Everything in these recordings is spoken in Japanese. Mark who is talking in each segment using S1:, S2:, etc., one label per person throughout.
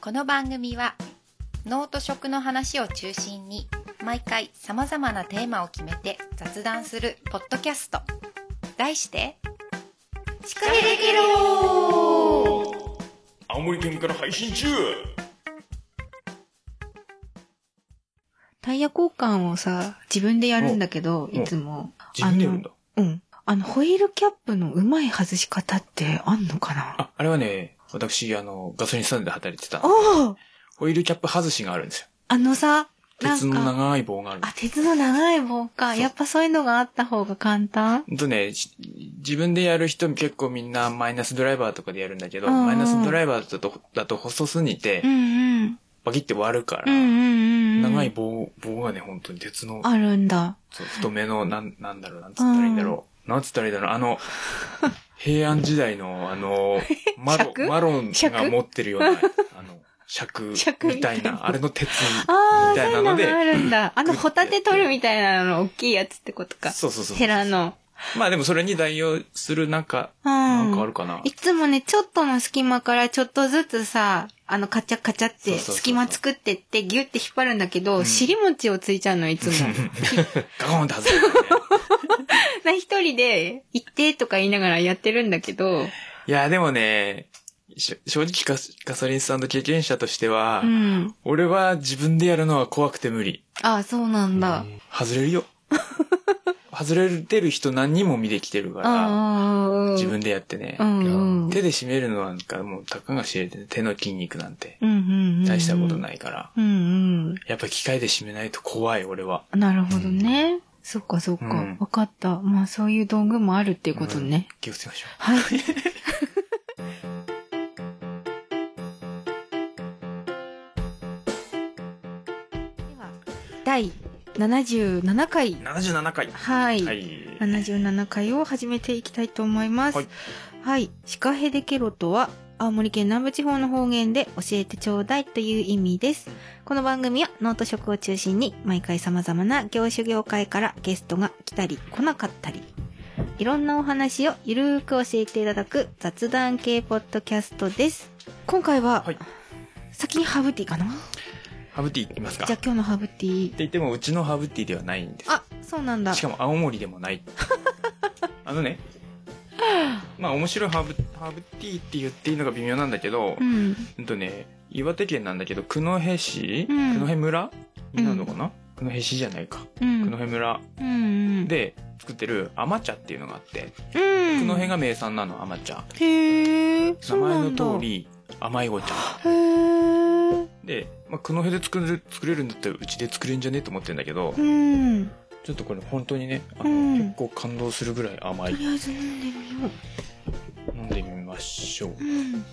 S1: この番組は脳と食の話を中心に毎回さまざまなテーマを決めて雑談するポッドキャスト題して「しっかりできる!」
S2: 青森県から配信中
S3: タイヤ交換をさ、自分でやるんだけど、
S2: うん
S3: いつも。
S2: 自分でやるんだ
S3: あの。うん。あの、ホイールキャップのうまい外し方ってあんのかな
S2: あ、あれはね、私、あの、ガソリンスタンドで働いてた、
S3: おお
S2: ホイールキャップ外しがあるんですよ。
S3: あのさ、なん
S2: 鉄の
S3: か、
S2: 長い棒がある。
S3: あ、鉄の長い棒か。
S2: そう
S3: やっぱそういうのがあった方が簡単
S2: ほんとね、し自分でやる人結構みんなマイナスドライバーとかでやるんだけど、
S3: うんうん
S2: マイナスドライバーだと、だと細すぎて
S3: う、んうん。
S2: バキって割るから、
S3: うんうんうん。
S2: 長い。棒、棒がね、本当に鉄の、
S3: あるんだ。
S2: そう太めの、なん、なんだろう、なんつったらいいんだろう。なんつったらいいんだろう、あ の、平安時代の、あの、マロ、
S3: 尺
S2: マロンが
S3: 尺
S2: 持ってる ような、あの、尺
S3: 尺み
S2: み
S3: た
S2: た
S3: い
S2: い
S3: な
S2: な、あれの鉄
S3: あ
S2: み
S3: あ、そう
S2: たい
S3: い
S2: なの
S3: うのがあ
S2: で、
S3: るんだ。あ
S2: グ
S3: の、
S2: ッて
S3: ホタテ取るみたいなの、大きいやつってことか。
S2: そうそうそう。
S3: ヘラの。
S2: まあでもそれに代用するなんか、
S3: うん。
S2: なんかあるかな。
S3: いつもね、ちょっとの隙間からちょっとずつさ、あの、カチャカチャっ
S2: そう
S3: て、
S2: そうそうそう
S3: 隙間作ってって、ギュって引っ張るんだけど、
S2: うん
S3: 尻餅をついちゃうの、いつも。
S2: ガコンって外れる、ね。
S3: な、一人で、行ってとか言いながらやってるんだけど、
S2: い や、でもね、しょ正直ガスガソリンスタンド経験者としては、
S3: うん。
S2: 俺は自分でやるのは怖くて無理。
S3: ああ、そうなんだ。
S2: 外れるよ。 外れてる人何人も見てきてるか
S3: あ
S2: ら、
S3: あ、うん
S2: 自分でやってね。
S3: うんうん
S2: 手で締めるのはなんかもうたかが知れて、手の筋肉なんて
S3: うんうんうん。
S2: 大したこと
S3: い。
S2: ないから。
S3: うん
S2: やっぱり機械で締めないと怖い、俺は。
S3: うん。なるほどね。そっかそっか。わ、
S2: うん
S3: かった。まあ、そういう道具もあるっていうことね。
S2: 気をつけましょう。
S3: はい。第77回。
S2: 77回。
S3: はい。
S2: はい。
S3: 77回を始めていきたいと思います。
S2: は
S3: はいい。シカヘデケロとは、青森県南部地方の方言で教えてちょうだいという意味です。この番組はノート食を中心に毎回様々な業種業界からゲストが来たり来なかったり、いろんなお話をゆるーく教えていただく雑談系ポッドキャストです。今回は、
S2: はい
S3: 先にハーブティーかな
S2: ハーブティーいきますか。
S3: じゃ
S2: っ
S3: あ
S2: て
S3: 今日のハーブティー。
S2: 言っても、うちのハーブティーではないんです。
S3: あ、そうなんだ。
S2: しかも青森でも ない。あのね、まあ面白いハーブ、ハーブティーって言っていいのが微妙なんだけど、
S3: うん。
S2: うんとね、岩手県なんだけど、九戸市、
S3: うん
S2: 九戸村になるのかな、九戸市じゃないか。
S3: う
S2: 九
S3: ん。
S2: 戸村
S3: うん。、
S2: で作ってる甘茶っていうのがあって、
S3: うん。
S2: 九戸が名産なの甘茶。
S3: へえ。
S2: 名
S3: そうな
S2: 前
S3: んだ
S2: の通。り、甘いお茶。
S3: へえ。
S2: で、まあ、九戸で作れる作れるんだったらうちで作れんじゃねえと思ってんだけど、
S3: うん。
S2: ちょっとこれ本当にね、あの、
S3: うん
S2: 結構感動するぐらい甘
S3: と
S2: い。
S3: りあえず飲んでみよ
S2: 飲んでみましょ
S3: う。うん。
S2: う。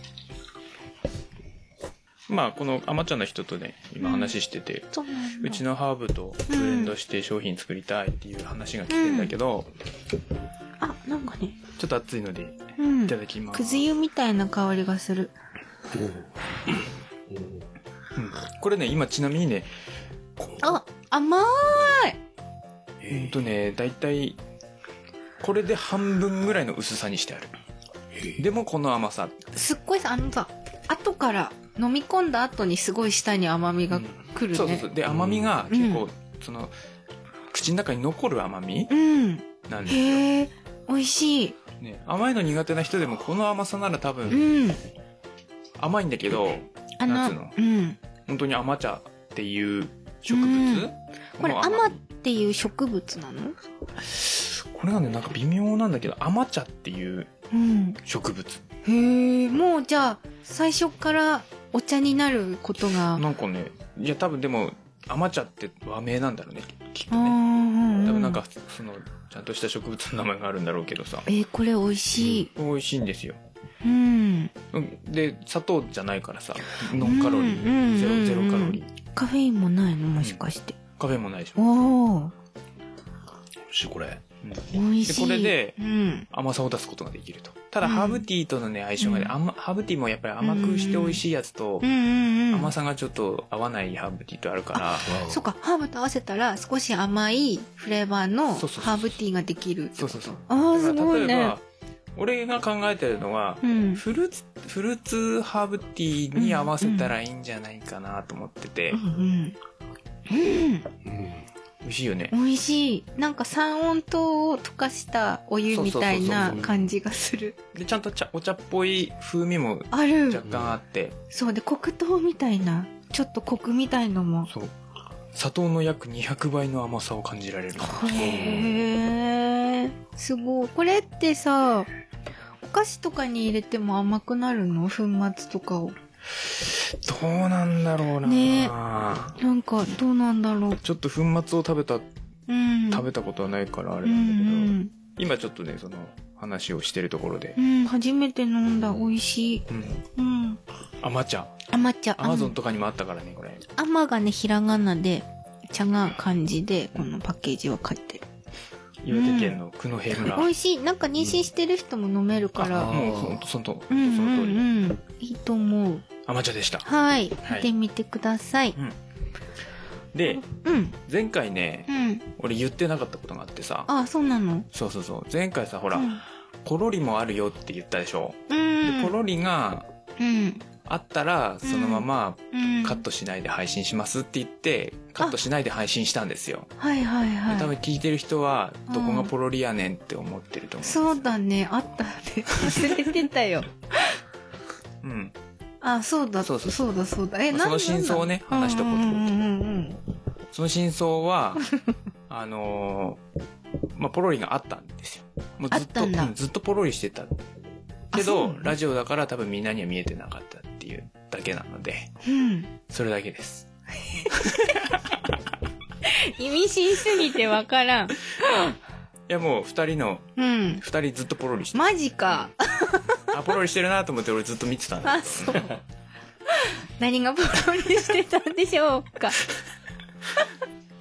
S2: まあ、この甘茶の人とね、今話してて、
S3: そうなん
S2: う
S3: だ。
S2: ちのハーブとブレンドして商品作りたいっていう話が来てんだけど、
S3: あ、なんかね。
S2: ちょっと熱いので、
S3: うん
S2: いた。だきます。
S3: くず湯みたいな香りがする。
S2: うんこれね、今ちなみにね、
S3: あ、甘い。
S2: ほんとね、だいたい、これで半分ぐらいの薄さにしてある。でもこの甘さ。
S3: すっごいさ、あのさ、後から飲み込んだ後にすごい舌に甘みがくるね。
S2: そうそうそう。で、甘みが結構、その、口の中に残る甘み
S3: うん。
S2: なんですよ。
S3: へえ。美味しい。
S2: ね、甘いの苦手な人でもこの甘さなら多
S3: う
S2: 分
S3: ん。
S2: 甘いんだけど、
S3: あ
S2: なんつう
S3: の
S2: の、
S3: うん。
S2: 本当に甘茶っていう植
S3: うん
S2: 物
S3: これ、
S2: の
S3: ア
S2: 甘
S3: マっ
S2: み
S3: ていう植物なの
S2: これがね、なんか微妙なんだけど、甘茶っていう
S3: うん。
S2: 植物。
S3: へえ、もうじゃあ、最初からお茶になることが。
S2: なんかね、いや多分でも、甘茶って和名なんだろうね、きっと
S3: あー
S2: ね。
S3: うん
S2: 多
S3: う
S2: 分
S3: ん
S2: なんか、その、ちゃんとした植物の名前があるんだろうけどさ。
S3: えーこれ美味しい。
S2: 美味しいんですよ。
S3: うん。
S2: うんで、砂糖じゃないからさ、ノンカロリ
S3: うんうんうんう
S2: ー、
S3: ん
S2: ゼロ、ゼロカロリー。
S3: カフェインもないのもしかして。
S2: カフェもないでしょ。
S3: おお、
S2: しい、これ。
S3: 美味しい。
S2: でこれで
S3: うん。
S2: 甘さを出すことができると。ただ、
S3: うん
S2: ハーブティーとのね、相性がね、
S3: うん
S2: 甘ハーブティーもやっぱり甘くして美味しいやつと
S3: うん、うんうん。
S2: 甘さがちょっと合わないハーブティーとあるから、
S3: そっか、ハーブと合わせたら少し甘いフレーバーの
S2: そうそうそう
S3: ハーブティーができるって
S2: そ
S3: こ
S2: うそ
S3: と。
S2: うそう。
S3: ああ、すごい
S2: だ
S3: ね
S2: か。ら俺が考えてるのは、
S3: うん。
S2: フルーツ、フルーツハーブティーに合わせたらいいんじゃないかなと思ってて、
S3: うん。うん。
S2: 美味しいよね。
S3: 美味しい。なんか三温糖を溶かしたお湯みたい
S2: そうそうそう
S3: な
S2: そう
S3: 感じがする。
S2: で、ちゃんと茶お茶っぽい風味も
S3: あ
S2: 若
S3: る。
S2: 干あって、
S3: そうで、黒糖みたいな。ちょっとコクみたいのも。
S2: そう。砂糖の約200倍の甘さを感じられる。
S3: へえ。すごい。これってさ、お菓子とかに入れても甘くなるの粉末とかを。
S2: どうなんだろうな、
S3: ねなんか、どうなんだろう。
S2: ちょっと粉末を食べた、
S3: うん。
S2: 食べたことはないからあれ
S3: う
S2: なんだけど、
S3: ん
S2: 今ちょっとね、その話をしてるところで
S3: う、ん。うん、初めて飲んだ。美味しい。
S2: うん。
S3: うん。
S2: 甘茶。
S3: 甘茶。
S2: アマゾンとかにもあったからね、これ。
S3: 甘がね、ひらがなで、茶が漢字で、このパッケージは書いてる。
S2: 岩手県の九戸村。
S3: 美味しい。なんか妊娠してる人も飲めるか
S2: あ
S3: ら。
S2: もうほんとそのと、
S3: うん
S2: その通
S3: う
S2: り。
S3: んうん。いいと思う。
S2: 甘茶でした。
S3: はい。
S2: はい
S3: 見てみてください。
S2: で、
S3: うん。
S2: 前回ね
S3: う、ん。
S2: 俺言ってなかったことがあってさ、
S3: あ、そうなの
S2: そうそうそう、前回さ、ほら
S3: う、ん
S2: コロリもあるよって言ったでしょ。
S3: う
S2: で、コ
S3: ん。
S2: ロリが
S3: うん。
S2: あったら、そのまま
S3: うん。
S2: カットしないで配信しますって言って、カットしないで配信したんですよ。
S3: はいはい
S2: で多
S3: は
S2: 分聞いてる人は、
S3: うん
S2: どこがポロリやねんって思ってると
S3: い。
S2: 思う。
S3: そうだね。あったね。忘れてたよ。
S2: うん。
S3: あ、そうだ、
S2: そ
S3: そうう
S2: そう
S3: だ、そうだ。え、
S2: まあ
S3: なんなん
S2: その真相をね話しとこうと
S3: うん
S2: 思
S3: う
S2: って
S3: んうん
S2: その真相は、 あのーまあ、ポロリがあったんですよ。もうずっと、
S3: あったんだ
S2: うんずっとポロリしてた。
S3: あ
S2: け
S3: そう
S2: ど
S3: な、の
S2: ラジオだから多分みんなには見えてなかったっていうだけなので、
S3: うん。うん。
S2: それだけです。
S3: 意味深すぎてわからん。
S2: いやもう二人の、
S3: うん。
S2: 二人ずっとポロリして
S3: マジか。
S2: あ、ポロリしてるなと思って俺ずっと見てたんだ
S3: あ、そう。 何がポロリしてたんでしょう か。
S2: っ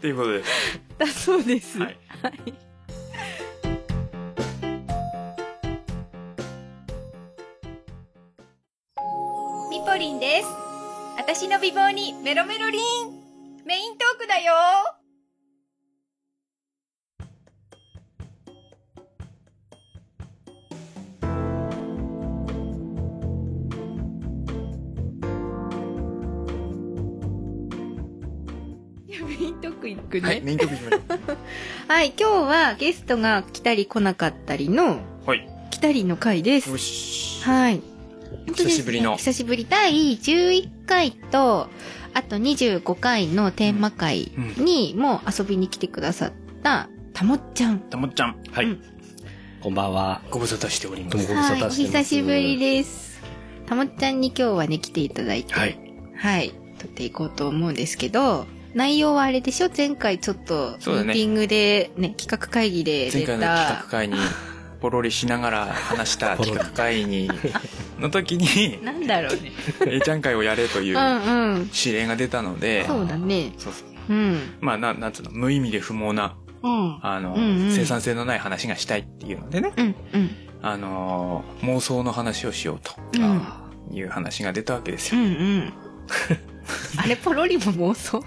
S2: ていうことです。
S3: だそうです。
S2: はい。
S1: ミポリンです私の美貌にメロメロリンメイントークだよ
S3: いやメイントーク行くね。
S2: はい、メイントークいきましょ
S3: はい、今日はゲストが来たり来なかったりの、
S2: う。はい。
S3: 来たりの回です。
S2: よし。
S3: はい。
S2: 久しぶりの
S3: 久しぶり。第11回と、あと25回のテーマ会にも遊びに来てくださった、たもっちゃん。
S2: たもっちゃん。
S4: はい、
S3: うん
S4: こんばんは。
S2: ご無沙汰しておりま
S4: どうも
S2: す。
S4: ご無沙
S3: はい、お
S4: 汰してます。
S3: 久しぶりです。たもっちゃんに今日はね、来ていただいて、
S4: は
S3: はい、
S4: い。
S3: 撮っていこうと思うんですけど、内容はあれでしょ前回ちょっと、ミ
S2: そうだね
S3: ーティングで、ね、企画会議で
S2: 前
S3: 出
S2: 回の企画
S3: た、
S2: 会に、ポロリしながら話した
S4: ポロリ
S2: 企画会 に、の時に、
S3: なんだろうね。
S2: A ちゃん会をやれといううん
S3: うん。
S2: 指令が出たので、
S3: そうだね。
S2: そうそう
S3: うん。
S2: まあ、ななんつうの、無意味で不毛な、
S3: うん。
S2: あの、
S3: うんうん
S2: 生産性のない話がしたいっていうのでね、
S3: うん、うん。
S2: あのー妄想の話をしようと
S3: うん
S4: あ
S2: いう話が出たわけです
S3: う
S2: よ。
S3: んうん。 あれ、ポロリも 妄想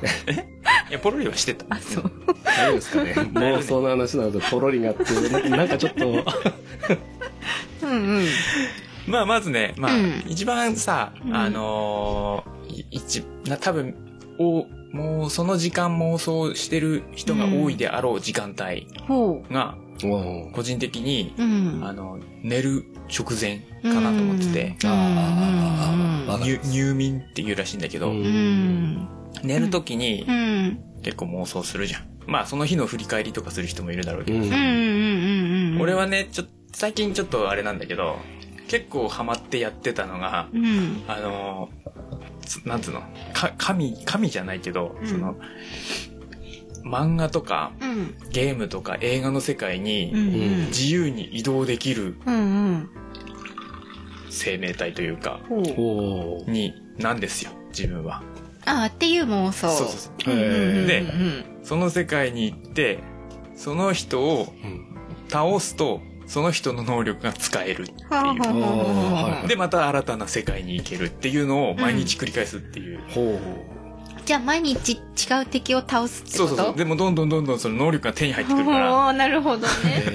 S2: いや、ポロリはしてた。
S3: あ、そう。
S4: ー大丈夫ですかね。妄想の話なので、ポロリがあって、なんかちょっと、
S3: うんうん。
S2: まあ、まずね、まあ、
S3: うん
S2: 一番さ、
S3: うん
S2: あのーい一、な、多分、お、もうその時間妄想してる人が多いであろう時間帯
S3: ほ
S2: が、
S4: も
S2: 個人的に、
S3: う。うん。
S2: あの、寝る直前かなと思ってて、
S3: うん。
S4: あーわか
S2: 入入眠っていうらしいんだけど、
S4: う
S3: うんん。
S2: 寝る時に
S3: うん。うん。
S2: 結構妄想するじゃん。まあその日の振り返りとかする人もいるだろう
S4: う。
S2: け
S4: う
S2: ど、
S3: うん。
S4: ん
S3: うん。うん。うん
S2: 俺。はね、ちょ、最近ちょっとあれなんだけど、結構ハマってやってたのが、
S3: うん。
S2: あのーつなんつうの、か、神、神じゃないけど、
S3: うん
S2: その、漫画とか
S3: うん。
S2: ゲームとか映画の世界
S3: うん。う
S2: に
S3: ん。
S2: 自由に移動できる
S3: うん。うん。
S2: 生命体というか、
S3: ほう。
S4: おー
S2: に、なんですよ、自分は。
S3: あー、っていう妄想。
S2: そうそうそう。
S4: へー
S2: で
S3: うん
S2: その世界に行って、その人を
S4: うん
S2: 倒すと、その人の能力が使えるってい
S3: はあはあ
S2: う。
S3: はあはあ
S4: はい
S2: で、また新たな世界に行けるっていうのを毎日繰り返すっていう。
S4: ほう。
S3: じゃあ毎日違う敵を倒すって
S2: そ
S3: こ
S2: うそ
S3: と
S2: うそうでもどんどんどんどんその能力が手に入ってくるから
S3: おーなるほどね。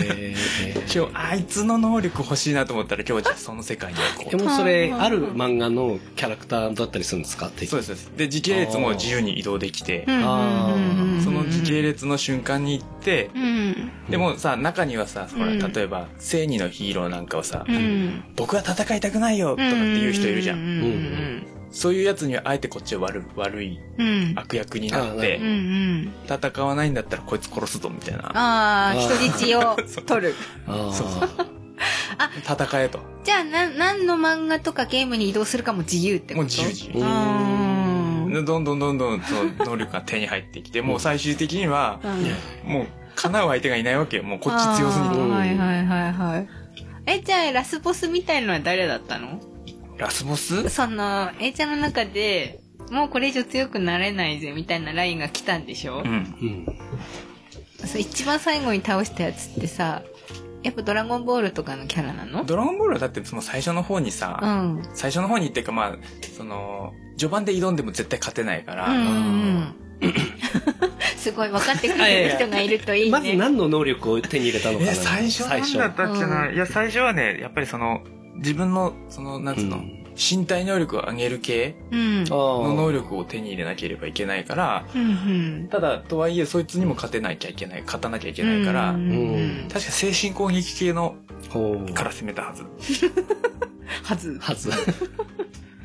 S4: えー
S2: 今日あいつの能力欲しいなと思ったら今日じゃあその世界に行こ
S4: で
S2: う
S4: もそれ、ある漫画のキャラクターだったりするんですか敵
S2: そうですそうですで時系列も自由に移動できて
S3: うんうんうんうん
S2: その時系列の瞬間に行って
S3: うん。
S2: でもさ中にはさほら
S3: うん
S2: 例えば正義のヒーローなんかはさ
S3: うん。
S2: 僕は戦いたくないよとかっていう人いるじゃん
S3: うん
S2: そういうやつにはあえてこっちは悪悪い
S3: うんうん。
S2: 悪役になっ
S3: う
S2: て
S3: んうん。
S2: 戦わないんだったらこいつ殺すぞみたいな
S3: ああ、人質を取る。
S4: あ ー
S2: そうそう戦えと
S3: じゃあ、なん、何の漫画とかゲームに移動するかも自由って
S2: も
S3: こと
S2: う自由自由
S4: う
S3: あー
S2: でどんどんどんどんその能力が手に入ってきて、もう最終的には、
S3: うん
S2: もう叶う相手がいないわけよ。もうこっち強すぎ
S3: あ
S2: て。
S3: ーはいはいはいはい。え、じゃあ、ラスボスみたいのは誰だったの
S2: ラスボス
S3: その、A ちゃんの中で、もうこれ以上強くなれないぜみたいなラインが来たんでしょ、
S2: うん。
S4: うん
S3: そう一番最後に倒したやつってさ、やっぱドラゴンボールとかのキャラなの
S2: ドラゴンボールはだってその最初の方にさ、
S3: うん。うん
S2: 最初の方にっていうかまあ、その、序盤で挑んでも絶対勝てないから、
S3: うんうん。 すごい、分かってくれる人がいるといいね。
S4: ま ず何の能力を手に入れたのかな
S2: え、最初
S4: 最初
S2: なんだったっけな、
S3: うん
S2: いや、最初はね、やっぱりその、自分の、その、なんつうの、
S4: うん
S2: 身体能力を上げる系
S3: うん。
S2: の能
S4: 力
S2: 力を手に入れなければいけないから、
S3: うんうん。
S2: ただ、とはいえ、そいつにも勝てなきゃいけない、勝たなきゃいけないから、
S3: うんうん
S2: 確か精神攻撃系の
S4: ほう
S2: から攻めたはず
S3: はず。
S4: はず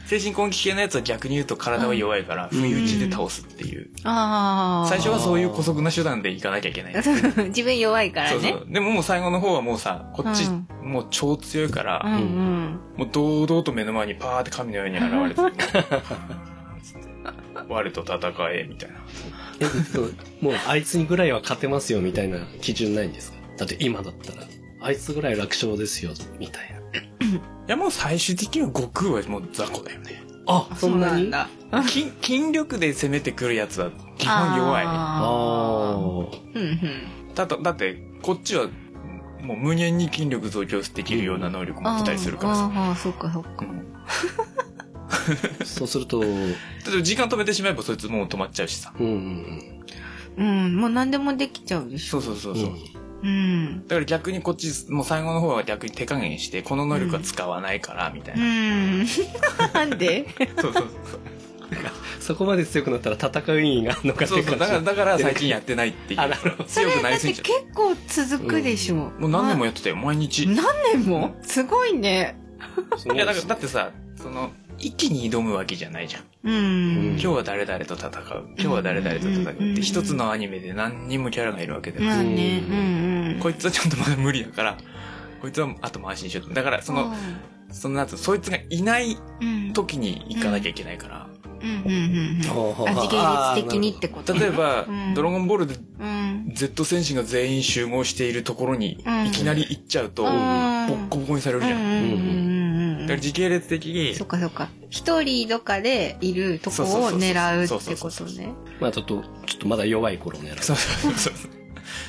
S2: 精神攻撃系のやつは逆に言うと体は弱いから不意打ちで倒すっていう
S3: ああ。
S2: 最初はそういう姑息な手段でいかなきゃいけないそ
S3: 自分弱いから
S2: うそ
S3: ね。
S2: うでももう最後の方はもうさこっち
S3: うん
S2: もう超強いか
S3: う
S2: ら
S3: んうん。
S2: もう堂々と目の前にパーって神のように現れて 我と戦えみたいな
S4: えっともうあいつにぐらいは勝てますよみたいな基準ないんですかだって今だったらあいつぐらい楽勝ですよみたいない
S2: やもう最終的には悟空はもう雑魚だよね
S4: あそんなに
S3: だ。
S2: 筋筋力で攻めてくるやつは基本弱いね
S4: あー
S3: うんうん。
S2: だとだってこっちはもう無限に筋力増強できるような能力持ってたりするから
S3: あ
S2: さ、
S3: ーあー、そっかそっか。
S2: うん
S4: そうするとう
S2: 例えば時間止めてしまえばそいつもう止まっちゃうしさ
S4: ん
S3: うん、もう何でもできちゃうでしょ。
S2: そうそうそう
S4: う
S2: そうん
S3: うん。
S2: だから逆にこっちもう最後の方は逆に手加減してこの能力は使わないからみたいうな、
S3: ん。なんで
S2: そうそう
S4: そこまで強くなったら戦う意味があるのか
S2: そう
S4: って
S2: そう
S4: い
S2: そう
S4: う
S2: だからだ
S4: 感
S2: から最近やってないっていう
S4: あなるほど
S3: そ れ
S2: 強くな
S3: だ
S2: り
S3: っ
S2: すぎ
S3: て
S2: ちゃ
S3: 結構続くでしょ。
S2: うもう何年もやってたよ毎日い
S3: 何年もすごいね。
S4: じ
S2: やだからだってさその一気に挑むわけじゃないじゃん
S3: う
S2: 今
S3: ん。
S2: 日は誰々と戦う今日は誰々と戦うって一つのアニメで何人もキャラがいるわけだから
S3: まあね、うんうん。
S2: こいつはちょっとまだ無理だから、こいつは後回しにしよう。だから、その、そのなんつうのそいつがいない
S3: うん、
S2: 時に行かなきゃいけないから。
S3: うんうんうんうん。
S4: ほうほう
S3: あ、時系列的にってことね
S2: 例えば、
S3: うん
S2: ドラゴンボールで
S3: うん。
S2: Z 戦士が全員集合しているところに
S3: うん、
S2: いきなり行っちゃうと、
S3: う
S2: ボ
S3: ん
S2: ッコボコにされる
S3: うんう
S2: じゃ
S3: ん
S2: ん。
S3: うんうん
S2: だから時系列的に
S3: そ、っかそっか。一人どっかでいるとこを狙うってことね。
S4: まあちょっとちょっとまだ弱い頃を狙う
S2: そうそうそうそ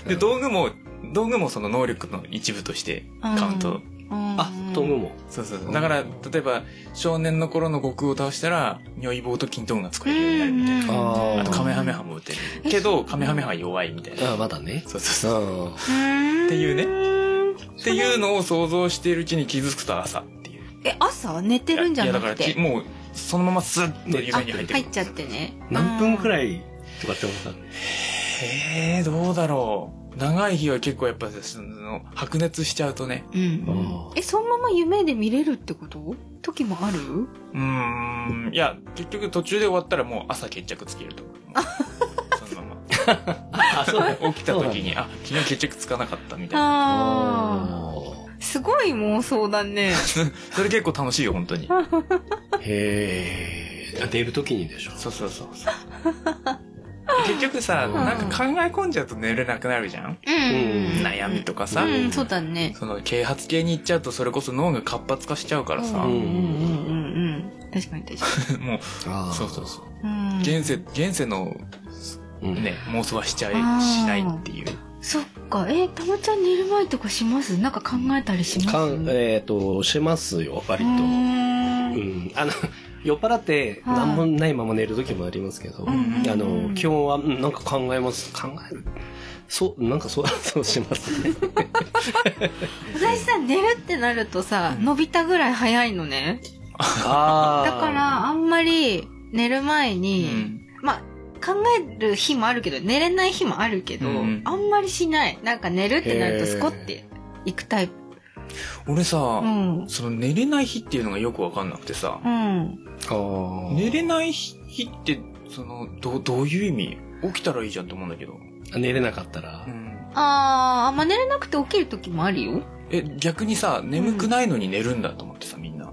S2: う。で、道具も、道具もその能力の一部としてカウント。
S4: あトムも
S2: そうそうそう。だから、例えば、少年の頃の悟空を倒したら、如意棒と金ンが使えるようになるみたいな。あとカメハメハも打てる。けど、カメハメハは弱いみたいな。
S4: あまだね
S2: そうそうそう。
S4: うん
S3: って
S2: いうね
S3: ね。
S2: っていうのを想像しているうちに気づくと朝っていう。
S3: え、朝寝てるんじゃな
S2: い
S3: く
S2: やだからき
S3: て。
S2: もう、そのままスッと夢
S4: き
S2: に入ってくる。
S3: 入っちゃってね。
S4: 何分く
S3: い
S4: らいとかって思ったの
S2: へえ、どうだろう。長い日は結構やっぱ、その、白熱しちゃうとね。
S3: うん
S4: あ。ー
S3: え、そのまま夢で見れるってこと時もある
S2: うーん。いや、結局途中で終わったらもう朝決着つける と思う。そのま
S4: あそうだ
S2: ま。起きた時に、あ、昨日決着つかなかったみたい な。
S3: ああ。すごい妄想だね。
S2: それ結構楽しいよ、本当に。
S4: へえ出る時にでしょ
S2: そうそうそうそう。結局さ、なんか考え込んじゃうと寝れなくなるじゃん
S3: うん
S4: うん
S2: 悩みとかさ、
S3: うん、そうだね。
S2: その啓発系に行っちゃうとそれこそ脳が活発化しちゃうからさ、
S3: うんうん
S4: ん
S3: うんうん。確かに確か
S2: もう
S4: あ
S2: そうそうそう
S3: に。うん
S2: 現世現世の
S4: うん
S2: ね妄想はしちゃい
S3: あー
S2: しないっていう
S3: そっか。えー、たまちゃん寝る前とかしますなんか考えたりします
S4: かんえっ、としますよ割と
S3: う
S4: うんんあの酔っ払って
S3: はい
S4: 何もないまま寝る時もありますけど、
S3: んうんうん
S4: あの基本はうんなんか考えます考えるそうなんかそう そうしますね
S3: 私さ寝るってなるとさ、
S2: うん
S3: 伸びたぐらい早いのね
S4: あ
S3: だからあんまり寝る前
S2: う
S3: に、
S2: ん
S3: まあ考える日もあるけど寝れない日もあるけど、
S2: うん
S3: あんまりしないなんか寝るってなるとスコっていくタイプ
S2: 俺さ
S3: う、ん
S2: その寝れない日っていうのがよくわかんなくてさ、
S3: うん
S4: あ
S2: 寝れ
S4: な
S2: ない日って、その、ど、どういう意味起きたらいいじゃんって思うんだけど。
S4: 寝れなかったら、
S2: うん
S3: あーあんま寝れなくて起きる時もあるよ
S2: え、逆にさ、眠くないのに寝るんだと思ってさ、みんな。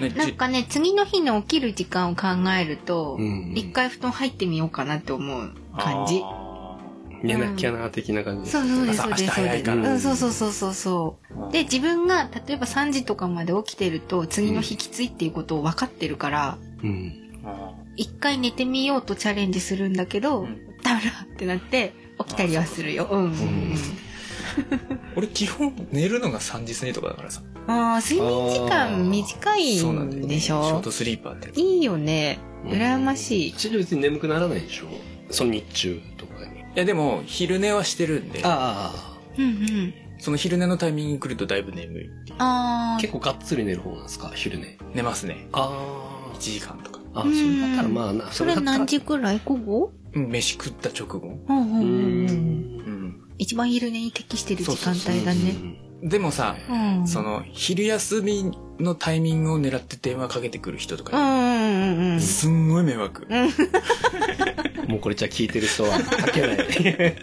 S2: ね、じ
S3: なんかね次の日の起きる時間を考えると、
S4: うん
S3: 一回布団入ってみようかなって思う感じ
S2: あ
S4: 寝なきゃな的な感じ
S3: そうそうですそうです
S2: 朝
S3: そ
S2: 明日
S3: う
S2: 早
S3: で
S2: い
S3: す、
S2: か
S3: う
S2: ら
S3: ん、そうそうそうそうそうで自分が例えば3時とかまで起きてると次の日きついっていうことを分かってるから
S4: うん
S2: ーあ
S3: 一回寝てみようとチャレンジするんだけど、
S2: うん
S3: ダメだってなって起きたりはするようん、うんうん
S2: ー。俺基本寝るのが3時過ぎとかだからさ。
S3: ああ睡眠時間短い
S2: そうなんだよ
S3: ん
S2: ね
S3: でし
S2: ショー
S3: ょ
S2: トスリーパーって。
S3: いいよね
S4: うん
S3: 羨ましい、
S4: 一応別に眠くならないでしょその日中とかに
S2: いやでも、昼寝はしてるんで、
S4: あ
S3: うんうん、
S2: その昼寝のタイミングに来るとだいぶ眠いっていう。
S3: あ
S4: あ
S3: あ
S4: 結構がっつり寝る方なんですか昼寝
S2: 寝ますね。
S4: あ
S2: 1時間とか。
S4: ああ
S3: うん
S4: それだったらまあな
S3: それ
S4: だったら
S3: 何時くらい午後
S2: うん、飯食った直後。
S3: うんう
S4: う
S3: うん
S4: ん
S3: うん
S4: ん
S2: うん。
S3: 一番昼寝に適してる時間帯だ
S4: う
S3: ね
S4: ん
S2: でもさ、
S3: うん
S2: その、昼休みのタイミングを狙って電話かけてくる人と
S3: う
S2: か、
S3: んうんうんうん
S2: すんごい迷惑。
S4: もうこれじゃあ聞いてる人は書けない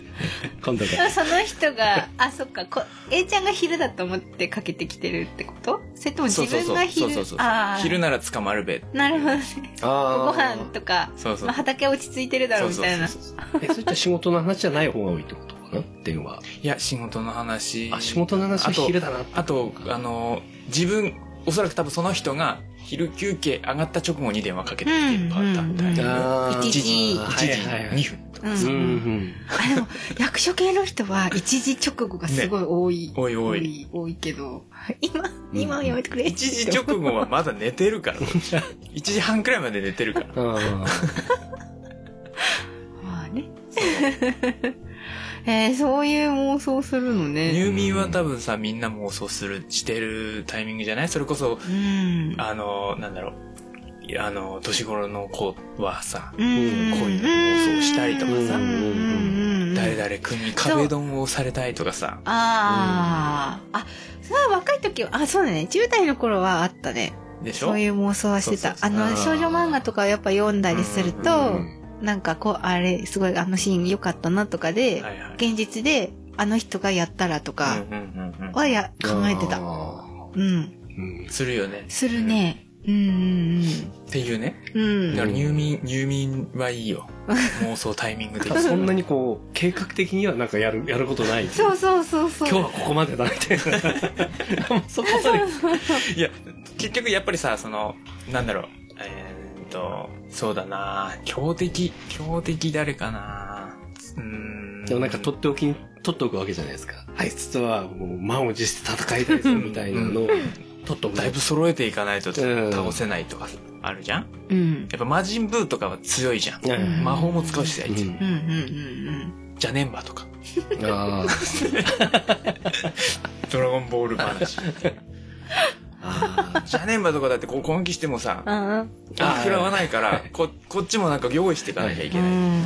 S4: 今度
S3: でも
S4: が
S3: その人があそっかこ A ちゃんが昼だと思ってかけてきてるってことそれとも自
S2: そうそうそ
S3: 分
S2: う
S3: が。
S2: そう
S3: 昼
S2: そうそう
S3: あー
S2: 昼なら捕まるべ。
S3: なるほどねご
S4: あ
S3: 飯とか、
S2: そうそう
S3: まあ、。畑落ち着いてるだろうみたいな
S2: そうそうそうそう
S4: えそういった仕事の話じゃない方が多いってことかな電話
S2: いや、仕事の話。
S4: あ仕事の話は昼だなって
S2: あと、あの、自分、おそらく多分その人が、昼休憩上がった直後に電話かけてきてるパターンみたいな。
S4: あー
S3: 一時
S4: あー
S2: 1
S4: はい
S2: 時
S4: はいはい
S2: 2分とか。
S4: うん
S3: うんうん
S4: うん
S3: あでも役所系の人は一時直後がすごい多い、
S2: おいお
S3: 多
S2: い。
S3: い多いけど今今はやめてくれ、
S2: 一時直後はまだ寝てるから。1時 半くらいまで寝てるから。
S4: あ
S3: まあね えー、そういう妄想するのね
S2: 入眠は多分さ、みんな妄想する、してるタイミングじゃないそれこそ、
S3: うん
S2: あの、なんだろう。いやあの、年頃の子はさ、
S3: うん
S2: こういう妄想したりとかさ
S3: うんうんうんうん
S2: 誰々君に壁ドンをされたいとかさ、
S3: ああ、あ、それは若い時は、あ、そうだね。10代の頃はあったね。
S2: でしょ
S3: そういう妄想はして
S2: そ
S3: た。
S2: うそう
S4: そう
S3: あの、少女漫画とかをやっぱ読んだりすると、
S4: ー
S2: う
S3: なんかこう、あれ、すごいあのシーン良かったなとかで、
S2: はいはい。
S3: 現実で、あの人がやったらと
S2: う
S3: か
S2: んうんうんうん
S3: はや、考えてた。
S4: あ
S3: うん。
S4: ーうん
S2: するよね。
S3: するね。うん
S2: っていうね。
S3: うんうん。
S2: だ
S3: う
S2: か
S3: ん。
S2: ら入眠、入眠はいいよ。 妄想タイミング的
S4: ただ
S2: に。
S4: そんなにこう計画的にはなんかやるやることない
S3: そうそうそうそう。
S4: 今日はここまでだみたいな もうそこまで
S2: いや、結局やっぱりさ、その、なんだろう。えーっと、そうだな強敵、強敵誰かなうーん。
S4: でもなんか取っておきに取っておくわけじゃないですかあいつとはもう満を持して戦いたいぞみたいなのを取っとく
S2: だいぶ揃えていかないと
S4: うん
S2: 倒せないとかあるじゃん
S3: うん。
S2: やっぱ魔人ブーとかは強いじゃん。
S4: うん
S2: 魔法も使うしさ、あいつ
S4: うん
S3: うんうんうん
S2: ジャネンバとか。
S4: あ
S2: ドラゴンボール話。
S4: あ
S2: ジャネンバとかだってこう攻撃してもさ、
S3: うん。うん
S2: あ食らわないから、こ、こっちもなんか用意していかなきゃいけない。
S3: うんうんうんうん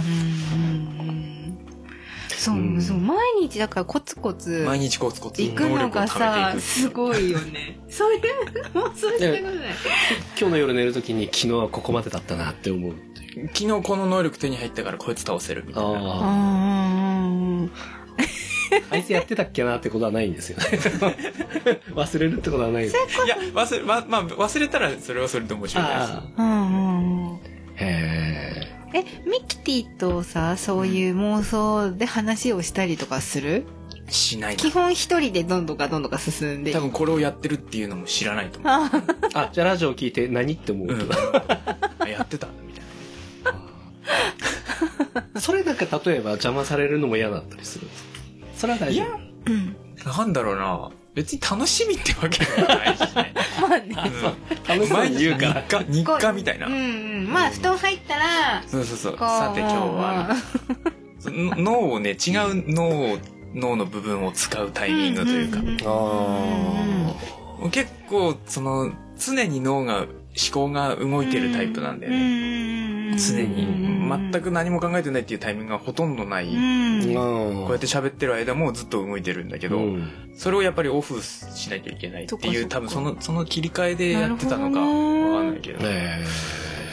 S3: そう、
S4: うん
S3: そう毎日だからコツコツ
S2: 毎日コツコツ
S3: 行
S2: 能
S3: く
S2: 力
S3: の
S2: を貯め
S3: が
S2: て
S3: さ
S2: いく。
S3: すごいよね そういうのもそうしたことない
S4: 今日の夜寝るときに昨日はここまでだったなって思うっていう
S2: 昨日この能力手に入ったからこいつ倒せるみたいな。
S3: う
S4: あ
S3: んうんうん
S4: あいつやってたっけなってことはないんですよね 忘れるってことはないです
S2: いや、忘れ、ま、まあ、忘れたらそれはそれで面白いです。
S4: あ
S3: うんうん
S4: ーへ
S3: えミキティとさそういう妄想で話をしたりとかする
S2: しない
S3: 基本一人でどんどんかどんどんか進んでい
S2: 多分これをやってるっていうのも知らないと思
S3: あー
S4: ーあじゃあラジオ聞いて何って思う
S2: う。う
S4: と
S2: ん
S4: か、。
S2: あやってたみたい
S4: それなんか例えば邪魔されるのも嫌だったりするそれは大丈夫
S3: うん
S2: な。なんだろうな。別に楽しみってわけでもないしね。
S3: まあね。
S2: うん、
S4: そう
S2: 毎日
S4: 言うから
S2: 日課、日課みたいな
S3: うん。うん。まあ、布団入ったら、
S2: そうそうそう。
S3: こう
S2: さて今日は、その脳をね、違う脳を、脳の部分を使うタイミングというか。
S3: んんん
S4: あー
S2: 結構、その、常に脳が、思考が動いてるタイプなんだよね。
S3: ね
S2: 常に。全
S3: く
S2: く何も考えてないっていうタイミングがほとんどない。こうやって喋ってる間もずっと動いてるんだけど、それをやっぱりオフしなきゃいけないっていう
S3: そっかそっか
S2: 多分そのその切り替えでやってたのか
S3: なるほどね
S2: わかんないけど
S4: え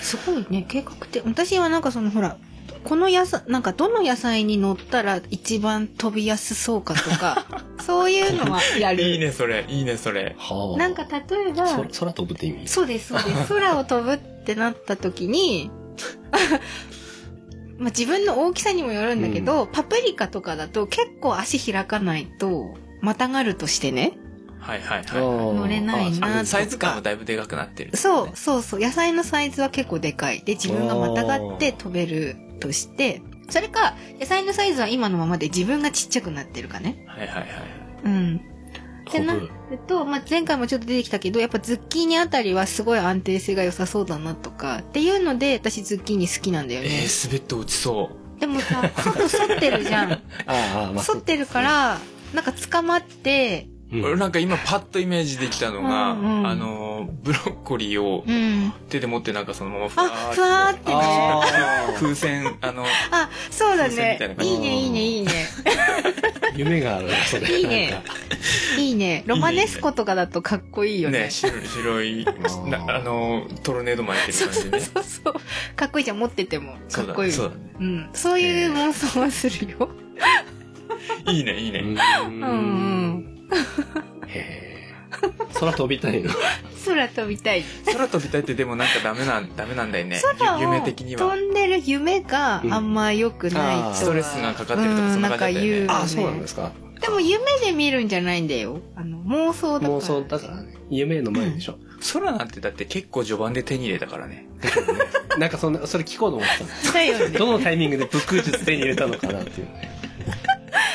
S3: すごいね計画って私はなんかそのほらこの野菜なんかどの野菜に乗ったら一番飛びやすそうかと かそういうのはやる
S2: いいねそれいいねそれ
S4: え。はあ。
S3: なんか例えば
S4: そ空飛ぶって意味
S3: そうですそう です空を飛ぶってなった時に まあ自分の大きさにもよるんだけど、パプリカとかだと結構足開かないとまたがるとしてね
S2: はいはい
S4: あー
S2: は
S3: 乗れないなと
S2: い
S3: か
S2: サイズ感もだいぶでかくなってる
S3: そうそうそう野菜のサイズは結構でかいで自分がまたがって飛べるとしてそれか野菜のサイズは今のままで自分がちっちゃくなってるかね
S2: はいはいはい
S3: うんって
S4: 飛
S3: な
S4: ぶ
S3: る。と、まあ、前回もちょっと出てきたけどやっぱズッキーニあたりはすごい安定性が良さそうだなとかっていうので私ズッキーニ好きなんだよね
S2: え、ー、滑って落ちそう
S3: でもさちょっと反ってる じゃん
S4: ああ、まあ。
S3: 反ってるからなんか捕まって
S4: うん。
S2: 俺なんか今パッとイメージできたのが、
S3: うんうん
S2: あのーブロッコリーを
S3: うん
S2: 手で持ってなんかそのままふわ
S3: あ
S2: ーっ
S3: ふわーっててね
S2: 風船あの
S3: あそうだ
S2: 風船み
S3: ね
S2: たいな感
S3: い
S2: じ
S3: いねいいねいいね
S4: 夢があるなそれ
S3: いいね
S4: なんか
S3: いいね。ロマネスコとかだとかっこいいよね。
S2: ね白い白い
S4: ー
S2: なあのートルネード巻いて
S3: そ
S2: る
S3: う
S2: 感じ
S3: そう
S2: ね
S3: そうそう。かっこいいじゃん。持ってても。かっこいい。
S2: そう
S3: う
S2: だね
S3: ん。そういう妄想はするよ。
S2: そうだねいいねいいね、
S4: うん
S3: うんうん。
S4: へえ空飛びたいの
S3: 空飛びたい。
S2: 空飛びたいってでもなんかダメなんダメなんだよね
S3: 空を
S2: ゆ夢的には
S3: 飛んでる夢があんま良くないと
S4: うんあ
S3: は。
S4: ー
S2: ストレスがかかってるとかそんな感じだったよね
S3: うんなんか言
S4: あそうなんですか
S3: でも夢で見るんじゃないんだよ。あの、妄想だから。
S4: 妄想だからね夢の前でしょ
S2: 空なんてだって結構序盤で手に入れたからね
S4: だけどねなんかそんなそれ聞こうと思ってたの
S3: だよね。
S4: どのタイミングで武空術手に入れたのかなっていうね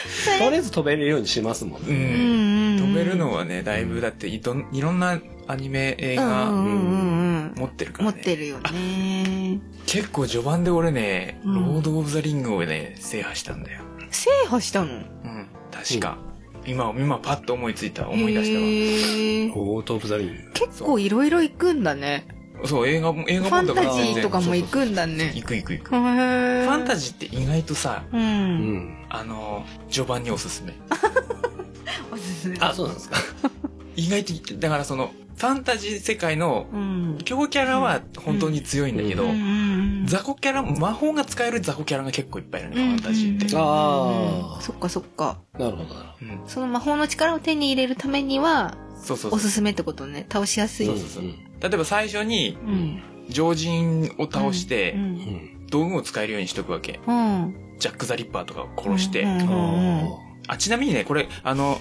S3: そ
S4: と
S3: れ。
S4: りあえず飛べるようにしますもん
S2: う、
S4: ね
S3: うんん
S2: 飛べるの
S3: は
S2: はねだいぶだっていどんいろんなアニメ映
S3: うん
S2: 画
S3: うんうんうん。
S2: 持ってるか
S3: 持
S2: ら
S3: って
S2: ね
S3: るよね。
S2: 結構序盤で俺ね「
S3: う
S2: ロ
S3: ん
S2: ード・オブ・ザ・リング」をね制覇したんだよ
S3: 制覇したの
S2: うん確か今今パッと思いついた思い出し
S3: へー
S4: オート・オブ・ザ・リン
S3: 結構いろいろ行くんだね。
S2: たわそう映画も映
S3: フ
S2: 画
S3: ァ
S2: も
S3: ン
S2: だから
S3: タジ
S2: 全
S3: ー
S2: 然
S3: とかも行
S2: そう
S3: くんだ
S2: そうそう
S3: ね。
S2: 行く行く行く
S3: フ
S2: ファ
S3: ァ
S2: ンタジーって意外とさ
S3: う。
S4: グうんん
S2: あの序盤におすすめ
S3: おすすめ
S4: あそうなんですか
S2: 意外とだからそのファンタジー世界の
S3: うん。
S2: 強キャラは本当に強いんだけど、
S4: うん
S3: うん
S2: 雑魚キャラ魔法が使える雑魚キャラが結構いっぱいいるねファンタジーって、
S4: あー
S3: うんそっかそっか。
S4: なるほどなるほ
S2: うん
S3: その魔法の力を手に入れるためには、
S2: そうそうそ
S3: お
S2: う
S3: すすめってことね。倒しやすい。
S4: ど
S2: そうそう例えば最初に
S3: うん。
S2: 常人を倒し
S3: う。
S2: て
S4: うんん
S2: 道具を使えるようにしとくわけ
S3: うん。
S2: ジャック・ザ・リッパーとかを殺して、
S3: うん
S4: あ
S2: あちなみにねこれあ の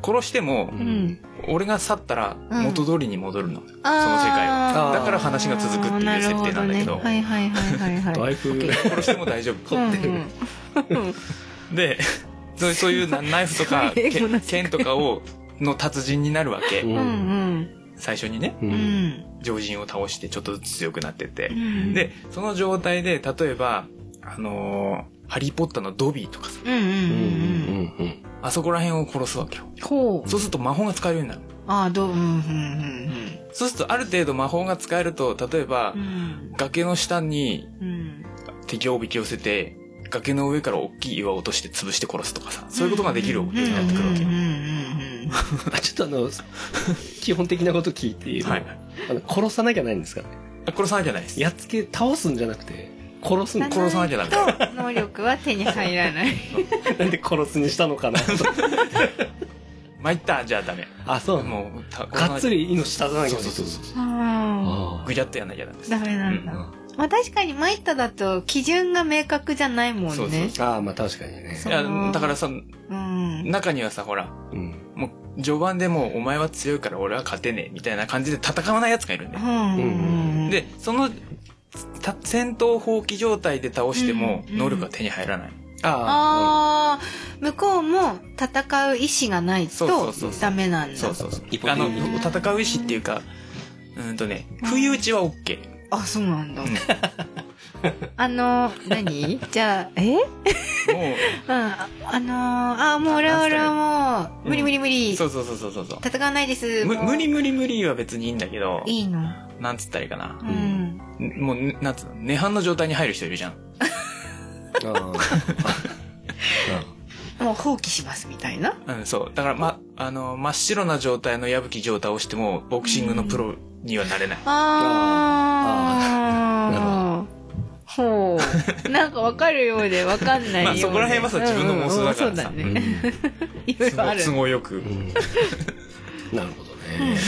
S2: 殺しても
S4: ー
S3: うんうん
S2: 俺が去ったら
S3: うん
S2: 元通りに戻るの、
S3: あー
S2: その世界は
S4: あー
S2: だから話が続くっていう設定なんだけど
S3: るほねはいはいはいはい
S4: だ
S3: はいい。
S4: ぶ
S3: OK
S2: 殺しても大丈夫
S3: うんうん
S2: でそうそういう なナイフとか
S3: すごい英語な
S2: 剣
S3: 世
S2: 剣
S3: 界
S2: とかをの達人になるわけ、
S4: うん
S3: うん
S2: 最初にね
S4: う
S3: うんうんん
S2: 常人を倒してちょっとずつ強くなってって
S3: う、ん。
S2: でその状態で例えばあのーハリー・ポッターのドビーとかさ
S3: うんうんうん
S4: うん
S3: う
S4: う
S3: ん。
S4: んうん
S2: あそこら辺を殺すわけよ
S3: ほう。
S2: そうすると魔法が使えるようになる
S3: ああ、どう、うん、うん、
S2: そうするとある程度魔法が使えると例えば
S3: うん。うん。
S2: 崖の下に
S3: うん。
S2: 敵をおびき寄せて崖の上から大きい岩を落として潰して殺すとかさそういうことができるようになってくるわけ
S3: う
S2: よ
S3: んうんうん
S4: あちょっとあの 基本的なこと聞いていい
S2: はい
S4: あの殺さなきゃないんですか
S2: あ殺さなきゃないです
S4: やっつけ倒すんじゃなくて殺す
S3: うんん。
S4: こ
S2: 殺さなきゃダメ
S3: と能力は手に入らない。
S4: なんで殺すにしたのかなと
S2: 参ったじゃあダメ
S4: あそうも
S2: もうた
S4: うがっつり命立たなきゃいけない
S2: そうそうそう
S4: う
S3: あ
S4: あ
S2: ぐちゃっとやんなきゃダメで
S3: あ。
S2: す
S3: ダメなんだ。
S2: う
S3: まあ確かに参っただと基準が明確じゃないもんね。
S2: そう
S3: う
S2: そう
S4: ああまあ確かにね
S3: そ
S2: いうやだからさ
S3: ん。
S2: 中にはさほら
S4: うん
S2: もう序盤でもうお前は強いから俺は勝てねえみたいな感じで戦わないやつがいるんだ
S3: う
S2: よ、
S3: んうん。
S2: でそのた戦闘放棄状態で倒しても
S3: うん
S2: 能力が手に入らない、あ
S3: あー向こうも戦う意志がない
S2: そう
S3: と
S2: そうそう
S3: ダメなんだ
S2: あ。そうそうそう
S4: 一。方
S2: あ
S4: 的
S2: の、
S4: に
S2: 戦う意思っていうか、うーんとね、不意打ちは OK。
S3: あそうなんだ あの何じゃあえ
S2: も
S3: うんああのーあもう俺は俺はもう
S2: うん
S3: 無理無理無
S2: う、
S3: 理
S2: そうそうそうそうそうそう。
S3: 戦わないです
S2: む
S3: もう
S2: 無理無理無理は別にいいんだけど、
S3: いいの
S2: なんつったらいいかな
S3: う。ん
S4: ん
S2: んもう、なんつうの、涅槃の状態に入る人いるじゃん。
S4: あー
S3: もう放棄しますみたいな
S2: うん、そう。だから、ま、あの、真っ白な状態の矢吹城太をしても、ボクシングのプロにはなれない。
S3: ああほうなんかわかるようでわかんないようで
S2: まあそこら辺はさ自分の妄想だからさ
S3: うん
S4: う
S3: うんそうだ
S4: ん
S3: ねいろいろある
S2: 都合よく。
S4: う
S2: だか
S4: んなるほど
S3: うんうん
S4: ね。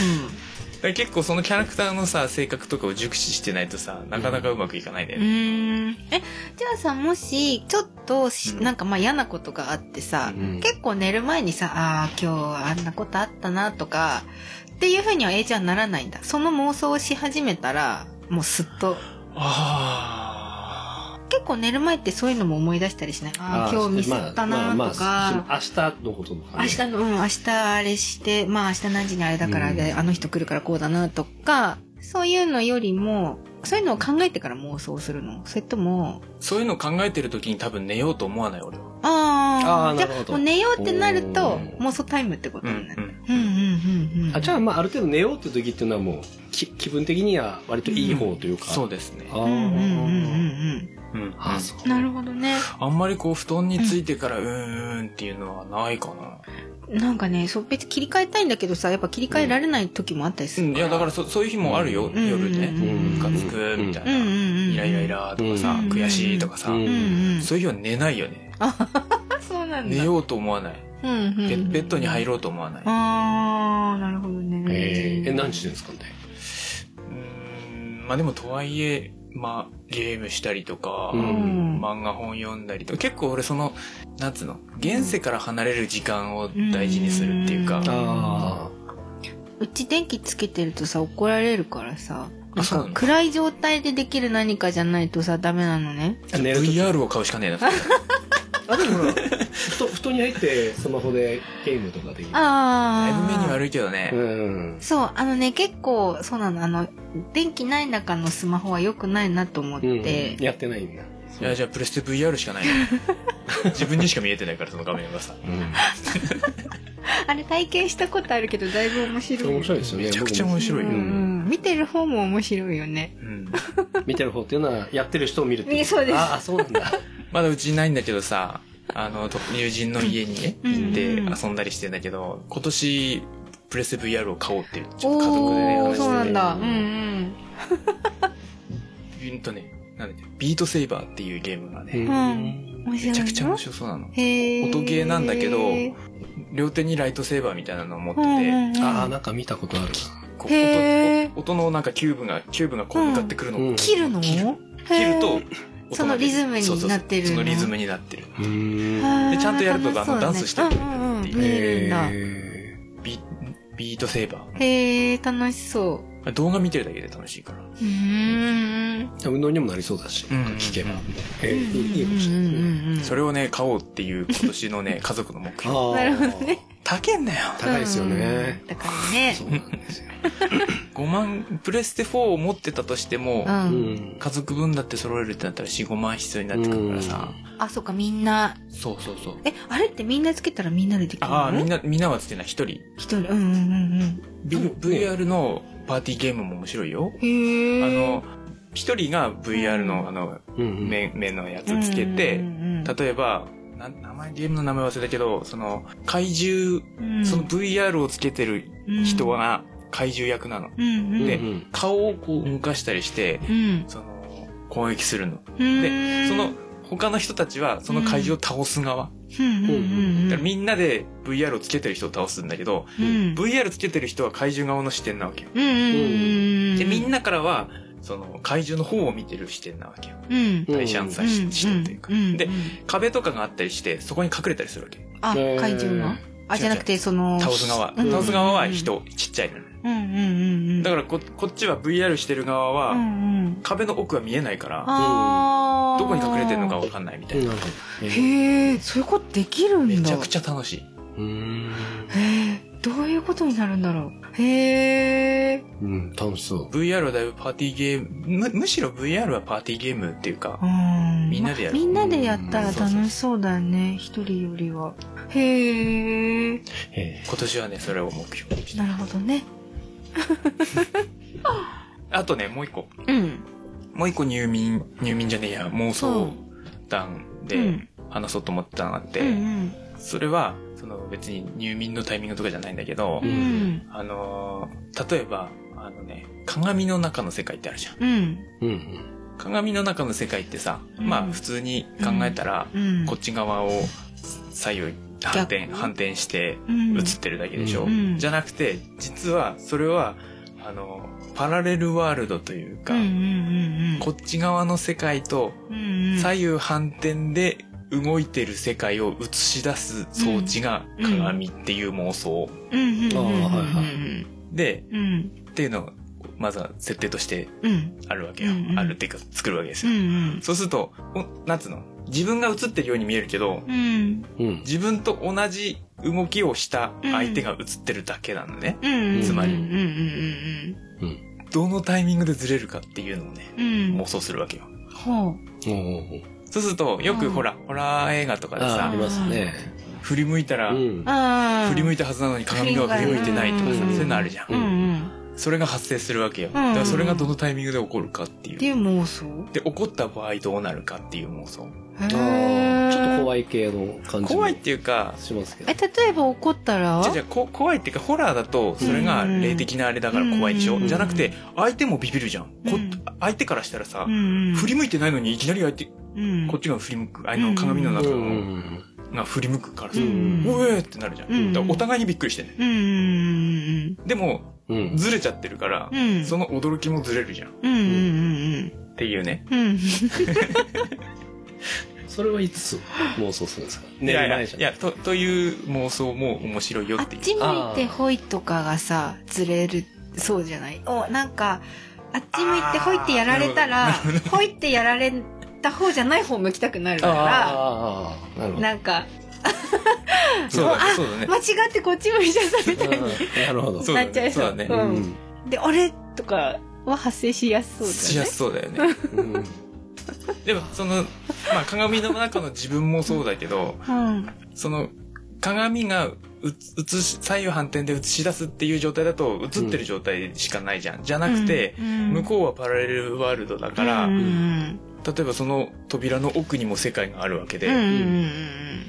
S2: ら結構そのキャラクターのさ、性格とかを熟知してないとさ、なかなかうまくいかないんだ
S3: う
S2: よね。
S3: ーんえじゃあさもしちょっとし
S2: うん
S3: なんかまあ嫌なことがあってさ、
S4: うん
S3: 結構寝る前にさあー今日あんなことあったなとかっていうふうには A ちゃんならないんだその妄想をし始めたらもうすっと
S2: あ
S3: 結構寝る前ってそういうのも思い出したりしないあー今日ミスったな
S4: まあ
S3: と
S4: ま
S3: か
S4: あし明日のことも考え
S3: 明日のうん明日あれしてまあ明日何時にあれだからで、
S4: う
S3: あの人来るからこうだなとかそういうのよりもそういうのを考えてから妄想するのそれとも
S2: あ。そういうのを考えてる時に多分寝ようと思わない俺は。
S3: あ
S4: あ
S3: あ、
S4: ー
S3: じゃ
S4: なる
S3: あ
S4: ほど
S3: もう寝ようってなると
S4: おー
S3: 妄想タイムってこと
S2: うん。う
S3: になる。
S2: ん。
S3: うんうんうんうん。
S4: あじゃあまあある程度寝ようって時っていうのはもうき気分的には割といい方というか、
S2: そうですね。
S4: あー
S3: うんうんうんうん
S2: うん。
S4: あそう
S3: うん。なるほどね。
S2: あんまりこう布団についてからうーんっていうのはないかな。
S3: なんかね、そう別に切り替えたいんだけどさ、やっぱ切り替えられない時もあったりす
S2: う
S3: る。
S2: ん、いやだからそそういう日もあるよ、
S4: うん
S2: 夜
S3: うん
S2: ね。
S4: うん
S2: ムカつくみたい
S3: うん
S2: な。
S3: うんうん。
S2: イライライ。ラとかさ、
S3: うん
S2: 悔しいとかさ、
S4: う
S3: う
S4: ん
S3: んうん。
S2: そういう日は寝ないよね。
S3: あ、そうなんだ。
S2: 寝ようと思わない。
S3: うんうん
S2: ベ
S3: うん。
S2: ベッドに入ろうと思わない。う
S3: あー、なるほどね。
S4: えーえ何してるんですかね
S2: ーん、まあでもとはいえ、まあゲームしたりとか、
S4: う
S3: うん。
S2: 漫画本読んだりとか、結構俺その、なんつうの、現世から離れる時間を大事にするっていうか、
S3: うん
S4: あ
S3: うち電気つけてるとさ、怒られるからさ。なん
S2: そうな
S3: か
S2: の
S3: 暗い状態でできる何かじゃないとさ、ダメなのね。
S4: あ寝る時
S2: VR を買うしかねえな。
S4: あでもほら布団布団に入ってスマホでゲームとかできる
S2: だい
S3: あ
S2: ぶ
S3: あ。
S2: 目に悪いけどね。
S4: うん
S3: そう、あのね、結構、そうなの、あの、電気ない中のスマホは良くないなと思っ
S4: うん
S3: て、
S4: やってないんだ
S2: いや、じゃあプレステ VR しかない よ自分にしか見えてないから、その画面がさ。
S4: うん
S3: あれ体験したことあるけど、だいぶ面白い。
S4: 面白いですよね
S2: めちゃくちゃ面白いよ
S3: うんうん見てる方も面白いよね。
S2: うん。
S4: 僕も見てる方っていうのはやってる人を見るってい
S3: ね そうです
S4: ああそうなんだ
S2: まだうちにないんだけどさ、あの、と友人の家にね、
S3: うん
S2: 行って
S3: うん
S2: 遊んだりしてんだけど、今年、プレステ VR を買おうって、ちょっと家族でね、
S3: お
S2: 話
S3: ー、
S2: して
S3: そうなんだ。う
S4: うんん
S2: て、うんとね、なんだっけ、ビートセイバーっていうゲームが
S4: う
S2: ね、
S3: ん
S4: ん
S3: うん。面白い
S2: め
S3: の。
S2: ちゃくちゃ面白そうなの。
S3: へー
S2: 音ゲーなんだけど
S3: うん
S2: 両手にライトセーバーみたいなのを持って
S3: う
S2: て、
S3: んうん
S4: ああなんか見たことある
S2: こう
S3: へー
S2: 音音のなんかキューブが、キューブがこう向かってくるのを、
S4: うん
S3: 切るの
S2: 切る切
S3: へー
S2: ると、音が出る
S3: そのリズムになってるの
S2: そうそうそうそのリズムになってる。
S4: なうん
S3: あー
S2: でちゃんとやると
S3: 楽し
S2: あ
S3: そうだね
S2: のダンスしてる
S3: うんうんうん見えるんだ。
S4: え
S2: ビビートセーバ
S3: へえ、楽しそう。
S2: ー。動画見てるだけで楽しいから。
S3: うーん。
S4: ー運動にもなりそうだし、
S2: うん
S4: 聞けば
S2: うん。
S4: えーいいいいかもしれ
S3: うん
S4: ないね。
S3: うんうんうん
S2: それをね、買おうっていう今年の ね、家族の目標。
S4: あー
S3: なるほどね。
S2: 高えんだよ。
S4: 高いですよね
S3: う。んだからね。。
S4: そうなんですよ。
S2: 5万、プレステ4を持ってたとしても、
S4: うんん。
S2: 家族分だって揃えるってなったら4、5万必要になってくるからさ。
S3: あ、そうか、みんな。
S2: そうそうそう。
S3: え、あれってみんなつけたらみんなでできるの
S2: ああ、みんな、みんなはつってない、一人。
S3: 一人。うんうんうん
S2: ビ VR のパーティーゲームも面白いよ。
S3: うん。へ
S2: あ
S3: え。
S2: の、一人が VR
S3: う
S2: の
S3: ん
S2: あの、
S4: うん
S2: 目、目のや
S3: うんうんうんうん、
S2: つつけて、例えば、な名前、ゲームの名前忘れたけど、その、怪獣、
S3: うん
S2: その VR をつけてる人、は怪獣役なの。
S3: うんうん、
S2: で
S4: うん
S2: 顔をこう動かしたりして、
S3: うん。
S2: その、攻撃するの。
S3: で
S2: その、他の人たちは、その怪獣を倒す側。
S3: うんうんうん
S2: だか
S3: う
S2: ら
S3: ん。
S2: みんなで VR をつけてる人を倒すんだけど、
S3: うん。
S2: VR つけてる人は怪獣側の視点なわけよ。
S3: うんうんうんうん。
S2: で、みん
S3: な、
S2: なからは、その、怪獣の方を見てる視点なわけよ。
S3: うん。
S2: 対象さ視点というか。で
S3: ん、
S2: 壁とかがあったりして、そこに隠れたりするわけ。
S3: あ、怪獣のあ、じゃなくて、その、
S2: 倒す側。
S3: うん
S2: 倒す側は。人、ちっちゃいのね。
S3: うんうんうんうん。
S2: だからこ、こっちは VR してる側
S3: う
S2: は、
S3: んうん。
S2: 壁の奥は見えないから、
S3: あ
S2: どこに隠れてるのかわかんないみたいな。
S3: へえそういうことできるんだ
S2: めちゃくちゃ楽しい。
S4: うーん。
S3: へえどういうことになるんだろうへえ
S4: うん、楽しそう。
S2: VR はだいぶパーティーゲーム、むむしろ VR はパーティーゲームっていうか、
S3: うん
S2: みんなでやる
S3: みんなでやったら楽しそうだね一人よりはへえ
S4: え
S2: 今年はね、それを目標にして
S3: なるほどね
S2: あとね、もう一個。
S3: うん
S2: もう一個入眠、入眠じゃねえや、妄想談
S3: う
S2: で
S3: ん
S2: 話そうと思ったのがあっ
S3: うんう
S2: て、
S3: ん
S2: それは、その別に入眠のタイミングとかじゃないんだけど
S3: う、ん
S2: あのー、例えば、あのね、鏡の中の世界ってあるじゃん。
S3: うん
S4: えうん、
S2: 鏡の中の世界ってさ、
S3: うん
S2: まあ普通に考えたら、
S3: うん
S2: こっち側を左右反転、
S3: 逆
S2: 反転して
S3: うん
S2: 映ってるだけでしょ、
S3: うん
S2: じゃなくて、実はそれは、あの、パラレルワールドというか、
S3: うんうんうんうん
S2: こっち側の世界と
S3: うんうん
S2: 左右反転で動いてる世界を映し出す装置が鏡っていう妄想。
S3: うんうんうんうんうん
S4: あーはいはい
S2: で、
S3: うん
S2: っていうのを、まずは設定として
S3: うん
S2: あるわけよ。
S3: うんうん
S2: あるっていうか作るわけです
S3: う
S2: よ。
S3: ん
S2: そうすると、おなんつうの自分が映ってるように見えるけど、
S3: うん
S4: うん。
S2: 自分と同じ動きをした相手が映ってるだけなのね。
S3: うん
S2: つまり
S3: うんうんうん
S2: どのタイミングでずれるかっていうのをね、
S3: うんうん
S2: 妄想するわけよ。
S3: ほう
S4: おー
S2: そうすると、よ
S3: う
S2: く
S3: ん
S2: ほら、ホラー映画とかで
S4: あーあ
S2: さ
S4: り、ますね。
S2: 振り向いたら、
S4: うん。
S3: ああ
S2: 振り向いたはずなのに鏡が振り向いてないとかさ、
S4: うん
S2: そういうのあるじゃん。
S3: うんうん
S2: それが発生するわけよ。
S3: ん
S2: だからそれがどのタイミングで起こるかっていう。
S3: で妄想
S2: で、起こった場合どうなるかっていう妄想。
S4: あーちょっと
S3: い
S4: 怖い系の感じも
S2: 怖いっていうか、
S4: しますけど
S3: え。例えば怒ったら
S2: じゃじゃこ怖いっていうか、ホラーだと、それが霊的なあれだから怖いでし
S3: う
S2: ょ
S3: ん
S2: じゃなくて、相手もビビるじゃん。こ
S3: うん
S2: 相手からしたらさ
S3: う、んうん
S2: 振り向いてないのにいきなり相手、
S3: うん
S2: こっちが振り向く、あの鏡の中
S4: う
S2: の
S4: ん。
S2: が振り向くからさ
S3: う、ん
S2: おえーってなるじゃ
S3: うん
S2: ん。だからお互いにびっくりしてね。
S3: うんうん
S2: でも、
S4: うん。
S2: ずれちゃってるから
S3: う、ん
S2: その驚きもずれるじゃん。
S3: うんうんうん
S2: っていうね。
S3: うんうん
S4: それはいつ妄想するんですか寝
S2: いや
S4: る
S2: いや
S4: 前じゃ
S2: い
S4: ん。
S2: やと、という妄想も面白いよ
S3: あ
S2: っ
S3: って
S2: いう。
S3: ち向いてほいとかがさずれるそうじゃないおなんかあっち向いてほいってやられたらほいってやられた方じゃない方向きたくなるか
S4: あーあー、な
S3: ら
S4: るほど。
S3: なんか
S2: そうだね、そうだね。
S3: 間違ってこっち向いちゃったみたいに
S4: うんなるほど。
S2: そうだ
S3: なっちゃい
S2: ね。
S3: そ
S2: そううだね
S3: う。んで「あれ?」とかは発生しやすそう
S2: しや
S3: だよね
S2: すそうだよね。
S4: うん
S2: でも、その、まあ、鏡の中の自分もそうだけど、
S3: うん
S2: その、鏡がうつ映し、左右反転で映し出すっていう状態だと、映ってる状態しかないじゃん。じゃなくて、向こうはパラレルワールドだから、
S3: うんうん
S2: 例えばその扉の奥にも世界があるわけ
S3: うんうん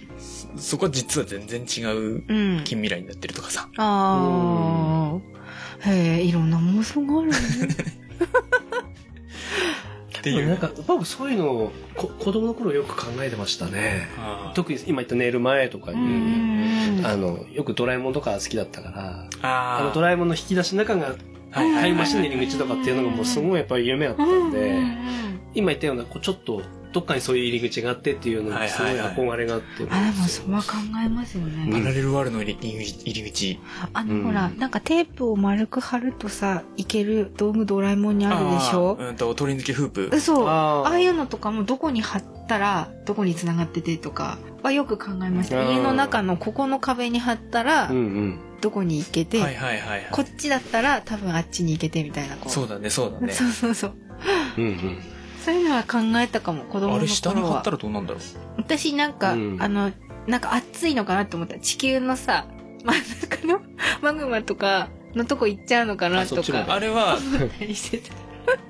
S2: で、そこは実は全然違う
S3: うんうんうん
S2: 近未来になってるとかさ。
S3: ああへえいろんな妄想がある ね
S2: ってい
S4: でもなん
S2: う。
S4: か、僕そういうのをこ子供の頃よく考えてましたね。
S2: あー
S4: 特に今言った寝る前とか
S3: うん
S4: に、
S3: うんうん
S4: あの、よくドラえもんとか好きだったから、あの
S2: あ
S4: ドラえもんの引き出しの中が
S2: ー。
S4: タ
S2: はいは
S4: イ
S2: い
S4: ム
S2: は
S4: マ
S2: い。
S4: シンの入り口とかっていうのがもうすごいやっぱり夢だったんで、今言ったような、こうちょっとどっかにそういう入り口があってっていうのにすごい憧れがあって。
S3: あでもそれは考えますよね、
S2: パラレルワールドの入り入り口。
S3: あ
S4: う
S3: の
S4: ん
S3: ほらなんかテープを丸く貼るとさいける道具ドラえもんにあるでしょ
S2: あーうんと、取り抜けフープ。
S3: 嘘あ
S4: あー
S3: あいうのとかもどこに貼ったらどこに繋がっててとかはよく考えました
S4: うん
S3: 家の中のここの壁に貼ったら
S4: うんうん。
S3: どこに行けて、
S2: はいはいはいはい。
S3: こっちだったら多分あっちに行けてみたいなこう
S2: そうだね、そうだね。
S3: そうそうそう
S4: うんうん。
S3: そういうのは考えたかも子供の頃は
S2: あれ下に貼ったらどうなんだろう
S3: 私なんか、
S4: うん
S3: あのなんか暑いのかなって思った地球のさ真ん中の マグマとかのとこ行っちゃうのかな
S4: あそ
S3: と
S4: っちまで
S3: か
S2: あれは、
S3: 思ったりしてた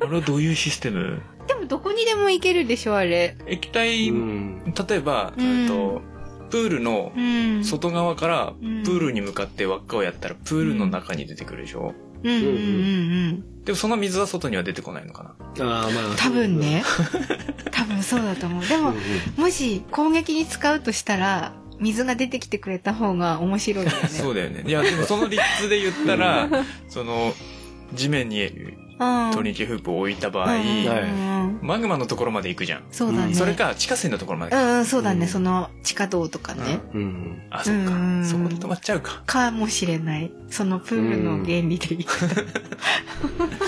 S2: あれはどういうシステム
S3: でもどこにでも行けるでしょあれ
S2: 液体、
S4: うん
S2: 例えば、
S3: うん
S2: えっとプールの
S3: うん
S2: 外側からプ
S3: うん
S2: ールに向かって輪っかをやったらプールの中に出てくるでしょ
S3: うんうんうん
S2: でもその水は外には出てこないのかな
S4: あーまあ
S3: 多分。ね多分そうだと思うで
S4: うんう
S3: も
S4: ん
S3: もし攻撃に使うとしたら水が出てきてくれた方が面白いよね
S2: そうだよねいやでもその理屈で言ったらその地面に
S3: うん
S2: トリニティフープを置いた場合、
S3: うんうん
S4: はい
S3: うん
S2: マグマのところまで行くじゃん。
S3: そうだね。
S2: それか、地下水のところまで
S3: う
S2: 行く。
S3: んうん、そうだね。
S4: うん
S3: その地下道とかね。
S4: うん。
S2: あ、そっ
S3: うんうんう
S2: か。
S3: ん
S2: そこで止まっちゃうか。
S3: かもしれない。そのプールの原理でいく。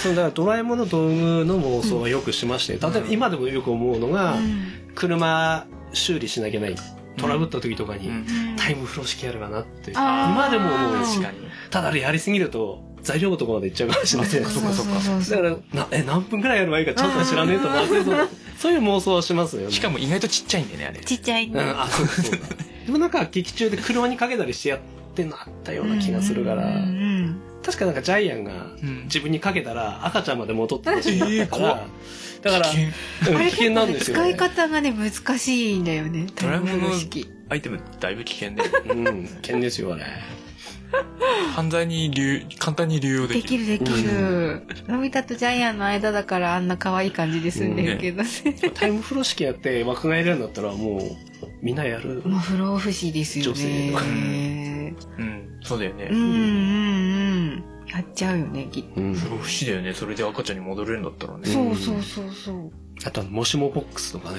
S4: そのだからドラえもんの道具の妄想はよくしまして、例えば今でもよく思うのが、
S3: うん
S4: 車修理しなきゃいけない。トラブった時とかに、
S2: うん
S4: タイム風呂敷やればなって。
S3: あー
S4: 今でも思う
S2: 確
S4: し、
S2: かに。
S4: ただあれやりすぎると、材料のところまで行っちゃうかもしれない。
S2: そっかそっか
S3: そう
S4: だ
S3: そう
S4: からなえ何分ぐらいやればいいかちょっと知らねえとまず いぞそういう妄想はしますよね
S2: しかも意外とちっちゃいんだよね、あれ。
S3: ちっちゃい
S4: うん
S3: ね。
S4: あそうだそうだでもなんか劇中で車にかけたりしてやってなったような気がするから、
S3: うんうん
S4: 確かなんかジャイアンが
S2: うん
S4: 自分にかけたら赤ちゃんまで戻ってほしいんだったから、だから
S2: 危険
S3: うん
S4: うん
S3: あ
S4: 危
S3: れ
S4: 険
S3: 結
S4: な
S3: 構
S4: ん
S3: ね
S4: ですよ、
S3: 使
S4: ね、
S3: い方がね、難しいんだよね。
S2: ドラえもんの
S3: タイム風呂式
S2: アイテムだいぶ危険で、
S4: うん危険ですよあれ
S2: 犯罪に流、簡単に流用で
S3: で
S2: き
S3: き
S2: る。
S3: るできる。のび太とジャイアンの間だからあんな可愛い感じで済んでるけどね。
S4: タイム風呂式やって若返れるんだったらもうみんなやる
S3: もう不老不死ですよ
S4: 女性
S3: ね
S4: とか。
S2: うん、そうだよ
S3: うんう
S2: ね。
S3: んうん。やっちゃうよね、きっと。
S4: うん
S2: 不老不死だよね。それで赤ちゃんに戻れるんだったらね。
S3: そうそうそうそう。
S4: あとあのもしもボックスとかね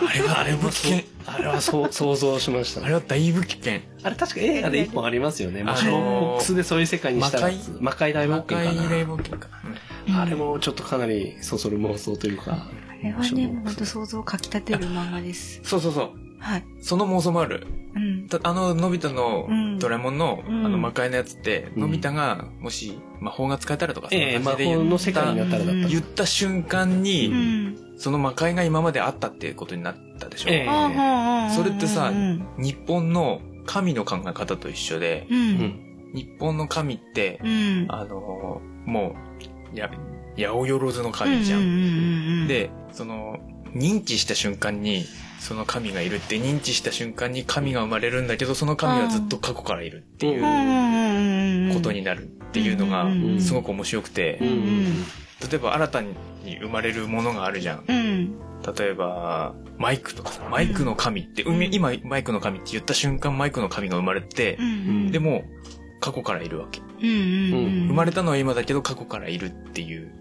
S2: あれは、あれも危険。
S4: あれはそう想像しました
S2: あれはだいぶ危険。
S4: あれ確か映画で一本ありますよね。
S2: あのー
S4: もしもボックスでそういう世界にしたら
S2: 魔界、
S4: 魔界大冒険
S2: 赤
S4: か
S2: い大
S4: な。
S2: 冒険かな。うん
S4: あれもちょっとかなりそそる妄想というか。
S3: あれはね、もう本当想像をかきたてる漫画です。
S2: そうそうそう。
S3: はい。
S2: その妄想もある。
S3: うん。
S2: たあの、のび太の
S3: うん
S2: ドラえもんの、
S3: うん
S2: あの、魔界のやつって、
S4: うん
S2: のび太が、もし、魔法が使えたらとか、
S4: え
S2: そ
S4: え、
S2: んな感
S4: 魔
S2: じで
S4: 法
S2: 言う
S4: の世界になったらだったら。
S2: 言った瞬間に、
S3: うん。
S2: その魔界が今まであったってことになったでしょ。
S4: ええ
S3: ああ、ああ。
S2: それってさ
S3: うん。
S2: 日本の神の考え方と一緒で、
S3: う。
S4: うんん。
S2: 日本の神って、
S3: うん。
S2: あのーもう、や、八百万の神じゃ。
S3: うんんうんうんうん、
S2: で、その、認知した瞬間に、その神がいるって認知した瞬間に神が生まれるんだけど、その神はずっと過去からいるっていう
S3: うんうんうんうん、
S2: ことになるっていうのが
S3: うん
S4: うんうん
S2: すごく面白くて
S3: う、んうん
S2: 例えば新たに生まれるものがあるじゃん。
S3: うん
S2: 例えば、マイクとかさ、マイクの神って、
S3: うん
S2: うん今マイクの神って言った瞬間マイクの神が生まれて
S3: う、ん、
S2: でも過去からいるわけ。
S3: うんうんうん、
S2: 生まれたのは今だけど過去からいるっていう、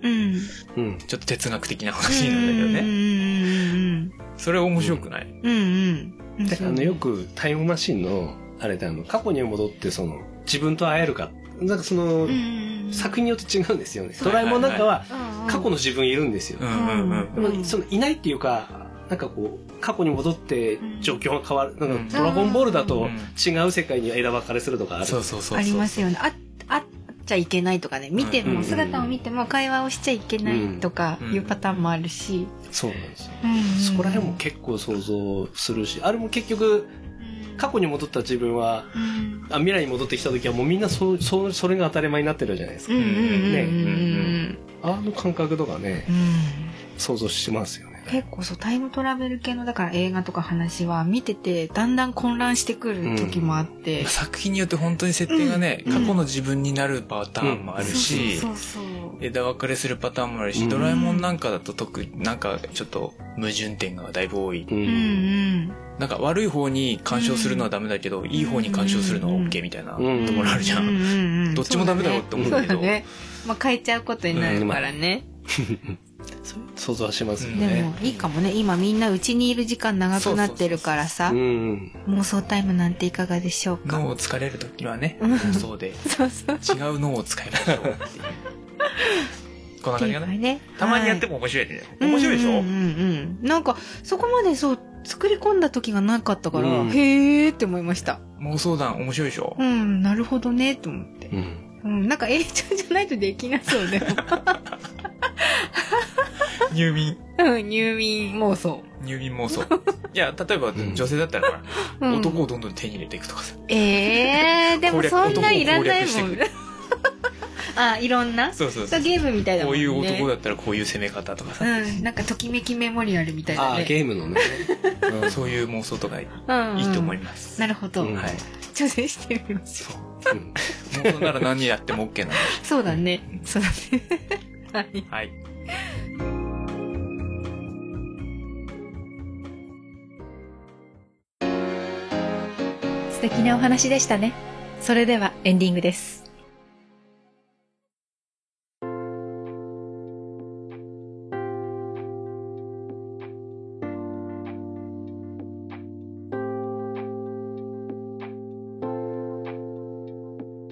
S3: うん
S4: うん。
S2: ちょっと哲学的な話なんだけどね。
S3: ね
S2: それ面白くない
S3: うんうんうんうん
S4: であの、よくタイムマシンの、あれであの、過去に戻ってその、自分と会えるか。なんかその
S3: うんう、んうん、
S4: 作品によって違うんですよね。
S3: そう
S4: ドラえもんなんかは、過
S3: の
S4: 去の自分いるんですよ
S2: う。んうんうん。
S4: でもそのいないっていうか、なんかこう、過去に戻って状況が変わる。な
S2: うんん
S4: か、ドラゴンボールだと
S2: うん
S4: 違う世界に枝分かれするとかある。
S2: そうそうそうそう。
S3: ありますよねああっちゃいけないとかね見て
S4: うんうんう
S3: も
S4: ん
S3: 姿を見ても会話をしちゃいけないとかいうパターンもあるし、
S4: そうなんですよ。
S3: うんうん、
S4: そこら辺も結構想像するし、あれも結局、過去に戻った自分は、
S3: うん
S4: あ未来に戻ってきた時はもうみんなそう、そう、それが当たり前になってるじゃないです
S3: う
S4: か。
S3: んうんうん
S4: ね
S3: うん
S4: あの感覚とかね
S3: う、ん
S4: 想像しますよね。
S3: 結構そうタイムトラベル系のだから映画とか話は見ててだんだん混乱してくる時もあって、
S2: 作品によって本当に設定がね、
S3: うん
S2: 過去の自分になるパターンもあるし、
S3: そうそうそう
S2: 枝分かれするパターンもあるし、
S4: うん
S2: ドラえもんなんかだと特になんかちょっと矛盾点がだいぶ多い。
S4: う。
S3: うんん
S2: なんか悪い方に干渉するのはダメだけど、いい方に干渉するのは OK みたいな。
S4: うん。
S2: ところあるじゃん
S3: ううう
S2: どっちもダメだろうって思うけど
S3: そうだねまあ変えちゃうことになるからね、
S4: 想像はしますよ
S2: うん
S3: で
S4: ね。
S3: もいいかもね今みんなうちにいる時間長くなってるからさ
S4: うん。
S3: 妄想タイムなんていかがでしょうか
S2: 脳を疲れる時はね、
S3: うん
S2: そうで
S3: そうそう
S2: 違う脳を使いましょうっていう。こんな感じかな。
S3: ね
S2: たまにやって
S3: も
S2: も面白いね。面白いでしょ、
S3: うんうんうんうんなんかそこまでそう作り込んだ時がなかったから、
S4: うん
S3: へーって思いました
S2: 妄想談面白いでしょ、
S3: うん、なるほどね、と思って。
S4: うん。
S3: うん、なんか永長じゃないとできなそ うでも。
S2: 入眠、
S3: うん、入眠妄想。
S2: 入眠 妄想。いや、例えば
S4: ん
S2: 女性だったらほら、
S3: うん、
S2: 男をどんどん手に入れていくとかさ。
S3: えー、でも
S2: 攻略
S3: そんないらない
S2: 男を
S3: も
S2: 攻
S3: ん
S2: 略。
S3: あ、いろん な
S2: そうそうそ
S3: そうう。ゲームみたいだ
S2: こ
S3: もん
S2: うい
S3: ね。
S2: う男だったらこういう攻め方とかさ、
S3: うん、なんかときめきメモリアルみたい
S4: あ
S3: な
S4: あ、
S3: ね。
S4: ゲームのね。うん
S2: そういう妄想とかいい
S3: うんうん
S2: と思います。
S3: なるほど。
S4: うん
S2: はい。
S3: 挑戦してみましょ
S4: うん
S2: 妄想なら何やっても OK なので。
S3: う。そうだね。そうだね。 はい。
S2: はい。
S1: 素敵なお話でしたね。それではエンディングです。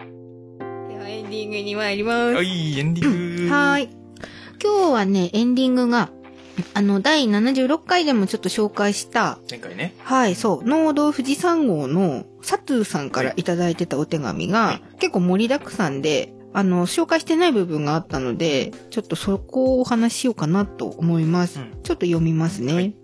S3: ディングに参ります。
S2: は、
S3: はい
S2: エンディング。
S3: ーい。今日はね、エンディングが、あの、第76回でもちょっと紹介した、
S2: 前回ね。
S3: はい、そう、農道富士山号のサトゥーさんからいただいてたお手紙が結構盛りだくさんで、あの、紹介してない部分があったので、ちょっとそこをお話ししようかなと思います。
S2: うん
S3: ちょっと読みますね。
S2: はい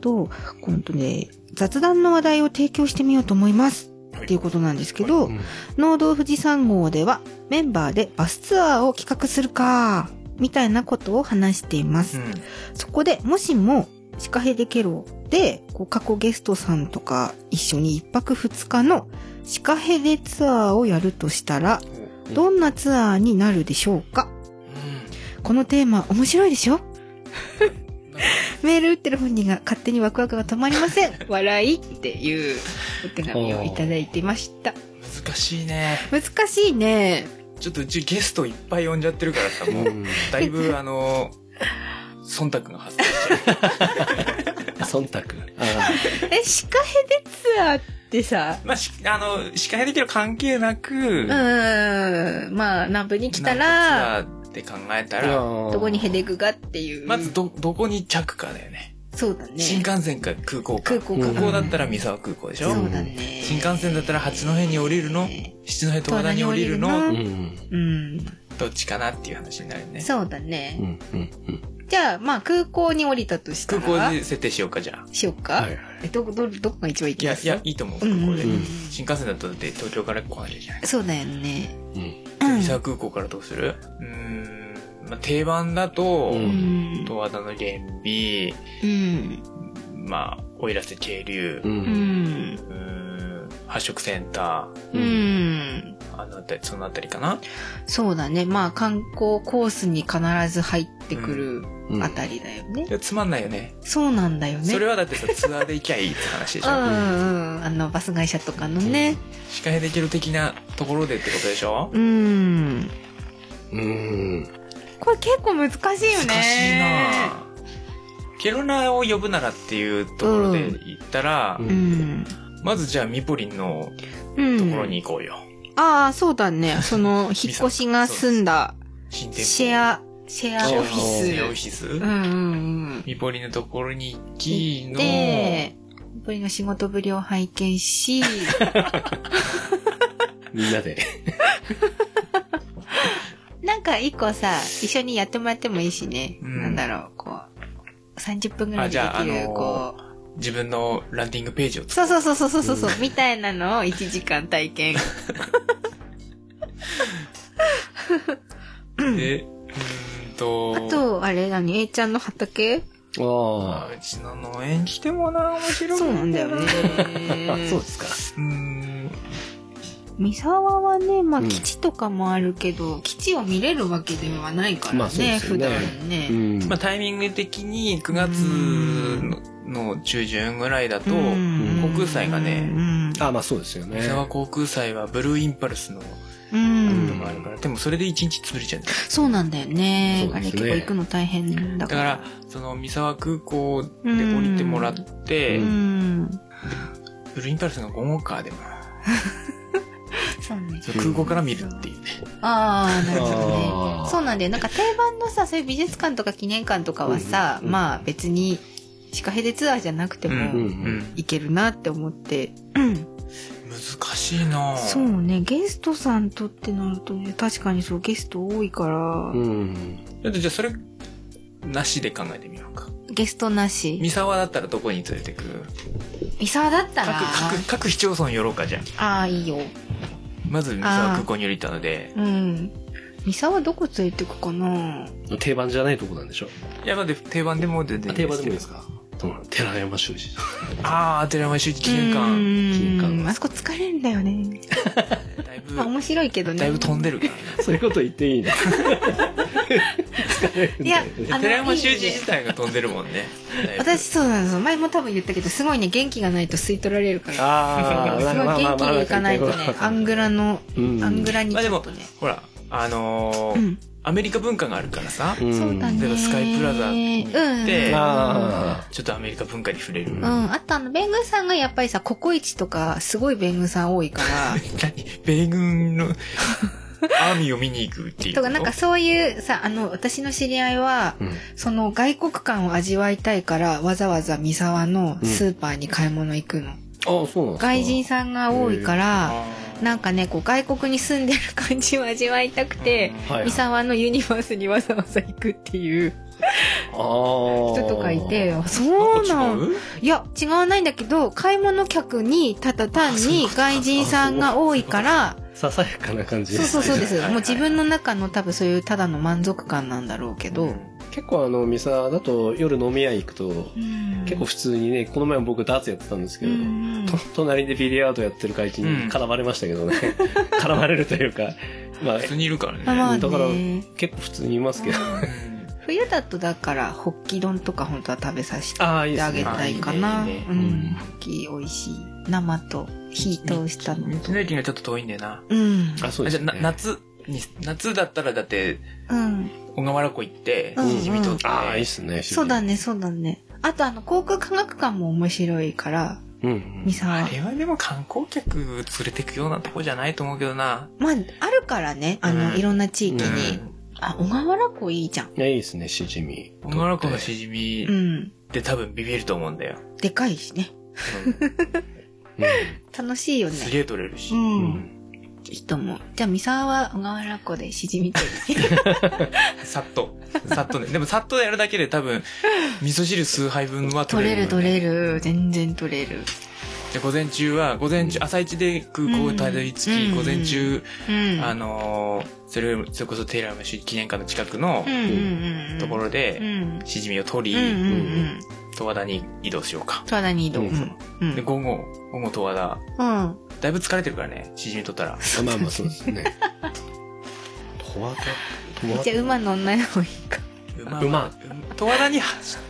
S3: と、今度ね、雑談の話題を提供してみようと思います。
S2: はい
S3: っていうことなんですけど、
S4: うん
S3: 農道富士山号ではメンバーでバスツアーを企画するか、みたいなことを話しています。
S2: うん。
S3: そこでもしも、シカヘデケロで、こう過去ゲストさんとか一緒に一泊二日のシカヘデツアーをやるとしたら、どんなツアーになるでしょうかこのテーマ面白いでしょメール打ってる本人が勝手にワクワクが止まりませ ん。笑いっていうお手紙をいただいてました。
S2: 難しいね。
S3: 難しいね。
S2: ちょっとうちゲストいっぱい呼んじゃってるからさ、もう
S4: う、ん
S2: だい ぶ、あの、忖度が発生しちゃう。
S4: 忖度。あ
S3: え、シカヘデツアーってさ、
S2: まあ、しあの、司会できる関係なく、
S3: うーん、まあ、南部に来た
S2: な
S3: ら、
S2: んかツアーって考えた
S4: あ
S2: ら、
S3: どこにヘデグがっていう。
S2: まずど、どこに着かだよね。
S3: そうだね。
S2: 新幹線か空港か。
S3: 空港か
S2: 空
S3: な。
S2: 港だったら三沢空港でしょ
S3: そ
S4: ん
S3: うだね。
S2: 新幹線だったら八戸に降りるの
S3: ね
S2: 七戸十和田に降りる
S3: 十和田
S2: の
S4: うんうん
S3: うん。
S2: どっちかなっていう話になるね。
S3: そうだ
S4: う
S3: ね。
S4: んうんうん。
S3: じゃあ、まあ、空港に降りたとした
S2: 空
S3: ら。
S2: 港で設定しようか、じゃあ。
S3: しようか。
S4: はいはい。
S3: えどこ、ど、どこが一番行
S2: い
S3: き
S2: や、
S3: ま
S2: い
S3: すか
S2: や、いいと思う、
S3: う
S2: 空
S3: ん
S2: 港
S3: うん
S2: で
S3: う。ん。
S2: 新幹線だとだって東京から来なきゃいけない。
S3: そうだよね。
S4: うん
S3: うん
S2: 三沢空港からどうするうーん、まあ、定番だと、
S4: う
S3: うんん
S2: 十。和田の原美、
S3: うん。
S2: まあ、奥入瀬渓流、
S4: う
S2: うん
S3: う。ん。
S2: ーん、発色センタ
S3: う
S4: うん
S3: ん。
S2: ー、あのあたり、そのあたりかな。
S3: そうだね。まあ、観光コースに必ず入ってくる
S4: うん
S3: あたりだよね。
S2: いやつまんないよね。
S3: そうなんだよね。
S2: それはだってさ、ツアーで行きゃいいって話でし
S3: う
S2: ょ。
S3: んうん。あの、バス会社とかのね。
S2: 司会できる的なところでってことでしょ
S3: うん。
S4: うん。
S3: これ結構難しいよね。
S2: 難しいなぁケロナを呼ぶならっていうところで行ったら、
S4: うん
S3: うん。
S2: まずじゃあミポリンの
S3: うん。
S2: ところに行こうよ。
S3: ああ、そうだね。そ の、引っ越しが済んだ、
S2: 新店舗。
S3: シェア、シェアオフ
S2: シェアオフ
S3: ィ
S2: ィ
S3: ス。
S2: ス、
S3: うんうん
S2: ミポリンのところに行
S3: うん。
S2: きの、
S3: で、本当にの仕事ぶりを拝 見し、
S4: みんなで。
S3: なんか一個さ、一緒にやってもらってもいいしね。
S2: うん
S3: なんだろう、こう、30分ぐらいでで
S2: あじゃあ
S3: き
S2: あ
S3: る、
S2: のー
S3: こう、
S2: 自分のランディングページを作
S3: そうそうそうそうそうそう、みたいなのを1時間体験。
S2: って、うーんと、
S3: あと、あれ何 ?A ちゃんの畑
S4: あ
S2: あうちの農園来てもな、面白い。
S3: そうなんだよ ね。
S4: あ。そうですか。
S2: うーん。
S3: 三沢はね、まあ、
S4: うん
S3: 基地とかもあるけど、基地を見れるわけではないからね、
S4: まあそうですよ
S3: 普
S4: ね
S3: 段ね。
S4: ん
S2: まあタイミング的に9月のの中旬ぐらいだと、
S3: うん
S2: 航空祭がね
S3: うん
S4: あ、まあそうですよね
S2: 三。沢航空祭はブルーインパルスの
S3: うん
S2: のがあるから、でもそれで1日潰れちゃうんだよ
S3: そうなんだよね
S4: そう
S3: あ
S4: です
S3: れ
S4: ね
S3: 結構行くの大変
S2: だ
S3: だか。
S2: かららその三沢空港で降りてもらって、
S4: う
S3: うん。
S2: ブルーインパルスが5号かでも
S3: そうね。
S2: それ空港から見るっていうね、
S3: ああ、なるほどね。
S4: あー
S3: そうなんだよ。なんか定番のさ、そういう美術館とか記念館とかはさ、
S4: うんうん
S3: まあ別に、シカヘデツアーじゃなくて
S2: うん
S3: も、
S2: うん
S3: 行けるなって思って。
S2: 難しいなぁ
S3: そうね、ゲストさんとってなるとね、確かにそう、ゲスト多いから、
S4: うん。
S2: だってじゃあそれなしで考えてみようか
S3: ゲストなし。
S2: 三沢だったらどこに連れてく
S3: 三沢だった
S2: 各
S3: ら、
S2: 各各市町村寄ろうかじゃん
S3: ああ、いいよ。
S2: まず三沢空港に降りたので
S3: うん。三沢どこ連れてくかな
S4: 定番じゃないとこなんでしょ
S2: いやまあで定番でも全然
S4: あ定番でもいい
S2: い
S4: ですかうん。寺山修司。
S2: ああ寺山周知記念
S3: う
S2: 館
S3: ん
S4: 金管
S3: あそこ疲れるんだよね。
S2: だいぶ
S3: まあ面白いけどね。
S2: だいぶ飛んでるからね
S4: そういうこと言っていいの
S3: いや、あの
S2: 寺山修
S3: いい
S2: 司
S3: ね
S2: 自体が飛んでるもんね。だいぶ
S3: 私そうなんですよ前も多分言ったけどすごいね元気がないと吸い取られるから
S4: あ
S3: すごい元気でいかないとねアングラの
S4: うん
S3: アングラに
S2: まあ
S3: ち
S2: で
S3: ょっ
S2: も
S3: とね、
S2: ほら、あの
S3: う
S2: ー
S3: ん
S2: アメリカ文化があるからさ、
S4: うん
S3: そうだね
S2: 例えばスカイプラザに行って
S3: うん
S4: あ
S2: ちょっとアメリカ文化に触れる。
S4: う
S3: うん、あとあの、弁軍さんがやっ ぱ りさ、ココイチとか、すごい弁軍さん多いから、
S2: 何米軍のアーミーを見に行くっていうこと
S3: かなんかそういうさあの私の知り合いは
S4: うん
S3: その外国感を味わいたいからわざわざ三沢のスーパーに買い物行くの、
S4: あそうなんですか
S3: 外人さんが多いから
S2: あー
S3: なんかねこう外国に住んでる感じを味わいたくて
S2: うん
S4: はいはい
S3: 三沢のユニバースにわざわざ行くっていう人
S4: 人
S3: とかいてあ
S2: な
S3: そ
S2: ん
S3: う
S2: か
S3: な
S2: 違
S3: ん
S2: う
S3: いや違わないんだけど買い物客にただ単に外人さんが多いから
S4: ささやかな感じ
S3: そ
S4: で
S3: う
S4: す
S3: そうそうです
S2: はいはいはい
S3: もう自分の中の多分そういうただの満足感なんだろうけど、
S4: 結構あの三沢だと夜飲み屋行くと結構普通にねこの前も僕ダーツやってたんですけど、
S3: うん
S4: と隣でビリヤードやってる外人
S2: う
S4: に
S2: ん
S4: 絡まれましたけどね、 絡まれるというかまあ
S2: 普通にいるからね。
S3: まあまあ
S4: だから
S3: ね
S4: 結構普通にいますけど、
S2: うん
S3: 冬だとだからホッキ丼とか本当は食べさせて
S4: ああいいで
S3: あ
S4: す
S3: げ
S4: ね
S3: たいかな、
S2: いいねいいね
S3: う
S4: いいね
S3: んホッキ美味しい生と火通したの
S2: 道の駅がちょっと遠いんだよな。
S3: うん
S4: あそう
S2: あ
S4: で
S2: じゃ
S4: す
S2: あな
S4: ね
S2: 夏に、夏だったらだって、
S3: うん
S2: 小川原湖行って、
S3: うんうん
S2: しじみ取って。
S4: ああいいっすね
S3: そうだねそうだねあとあの航空科学館も面白いから
S4: うんうん
S3: ミサ
S2: あ
S3: は
S2: れはでも観光客連れてくようなとこじゃないと思うけどな。
S3: まああるからねあの、
S2: うん
S3: いろんな地
S2: う
S3: 域
S2: ん
S3: に、あ小川原湖いいじゃん
S4: いやいいですねしじみ
S2: 小川原湖のしじみ
S3: う
S2: っ
S3: ん
S2: て多分ビビると思うんだよ。
S3: でかいしね楽しいよ
S2: うんす
S3: ね
S2: げえ取れるし
S3: う。、
S4: うんん
S3: いいと思うじゃあミサは小川原湖でしじみ取り
S2: さっと。さっとね。でもさっとやるだけで多分、味噌汁数杯分は
S3: 取
S2: 取
S3: れ
S2: れる
S3: る
S2: もん
S3: 取
S2: ね、
S3: れる全然取れる
S2: で、午前中は、午前中、朝一で空港にたどり着き、
S3: うん
S2: 午前中、
S3: うん
S2: あのーそれ、それこそテイラームシ記念館の近くの
S3: うんうんうん
S2: ところ
S3: う
S2: で、
S3: ん
S2: しじみを取
S3: うんうん
S2: り、
S3: うん
S2: 十和田に移動しようか。
S3: 十和田に移動う
S4: うん
S3: んうん
S2: で、午後、午後十和田。
S3: うん
S2: だいぶ疲れてるからね、しじみ取ったら。
S4: あまあまあそうですねとわたとわ
S3: じゃあ馬乗んない方がいいか
S2: 馬
S4: 馬
S2: うん十和田には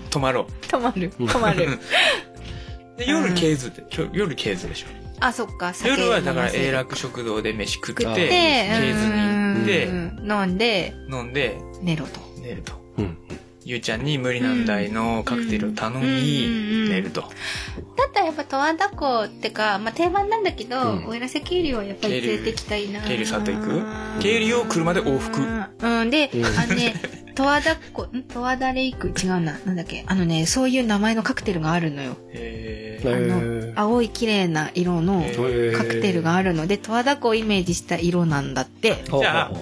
S2: 泊まろ
S3: 止まる
S4: うん
S3: 止まる
S2: う。で、夜、ケーズで、今日夜、ケーズでしょ。
S3: あそっか酒
S2: 夜はだから、
S3: 飲ませる
S2: 永楽食堂で飯食って、
S4: 食っ
S2: ケ
S4: て
S2: ーズに行っ
S3: う
S2: て、
S3: ん飲んで
S2: 飲んで、
S3: 寝ろと
S2: 寝ると。
S4: うん
S2: ゆうちゃんに無理難題のカクテルを頼
S3: うんうん
S2: み、寝ると。
S3: だったらやっぱ十和田湖ってか、まあ、定番なんだけど、
S4: うん
S3: 奥入瀬渓流はやっぱり連れてきたいな
S2: 渓流渓流さっと行く渓流を車で往復
S3: うんで、
S4: うん
S3: あのね十和田湖ん十和田レイク違うななんだっけあのねそういう名前のカクテルがあるのよ
S2: え
S4: へ
S2: ー
S4: ー
S3: 青い綺麗な色の
S2: え
S4: へー
S3: カクテルがあるので十和田湖をイメージした色なんだって
S4: ほうほうほう
S2: じゃあ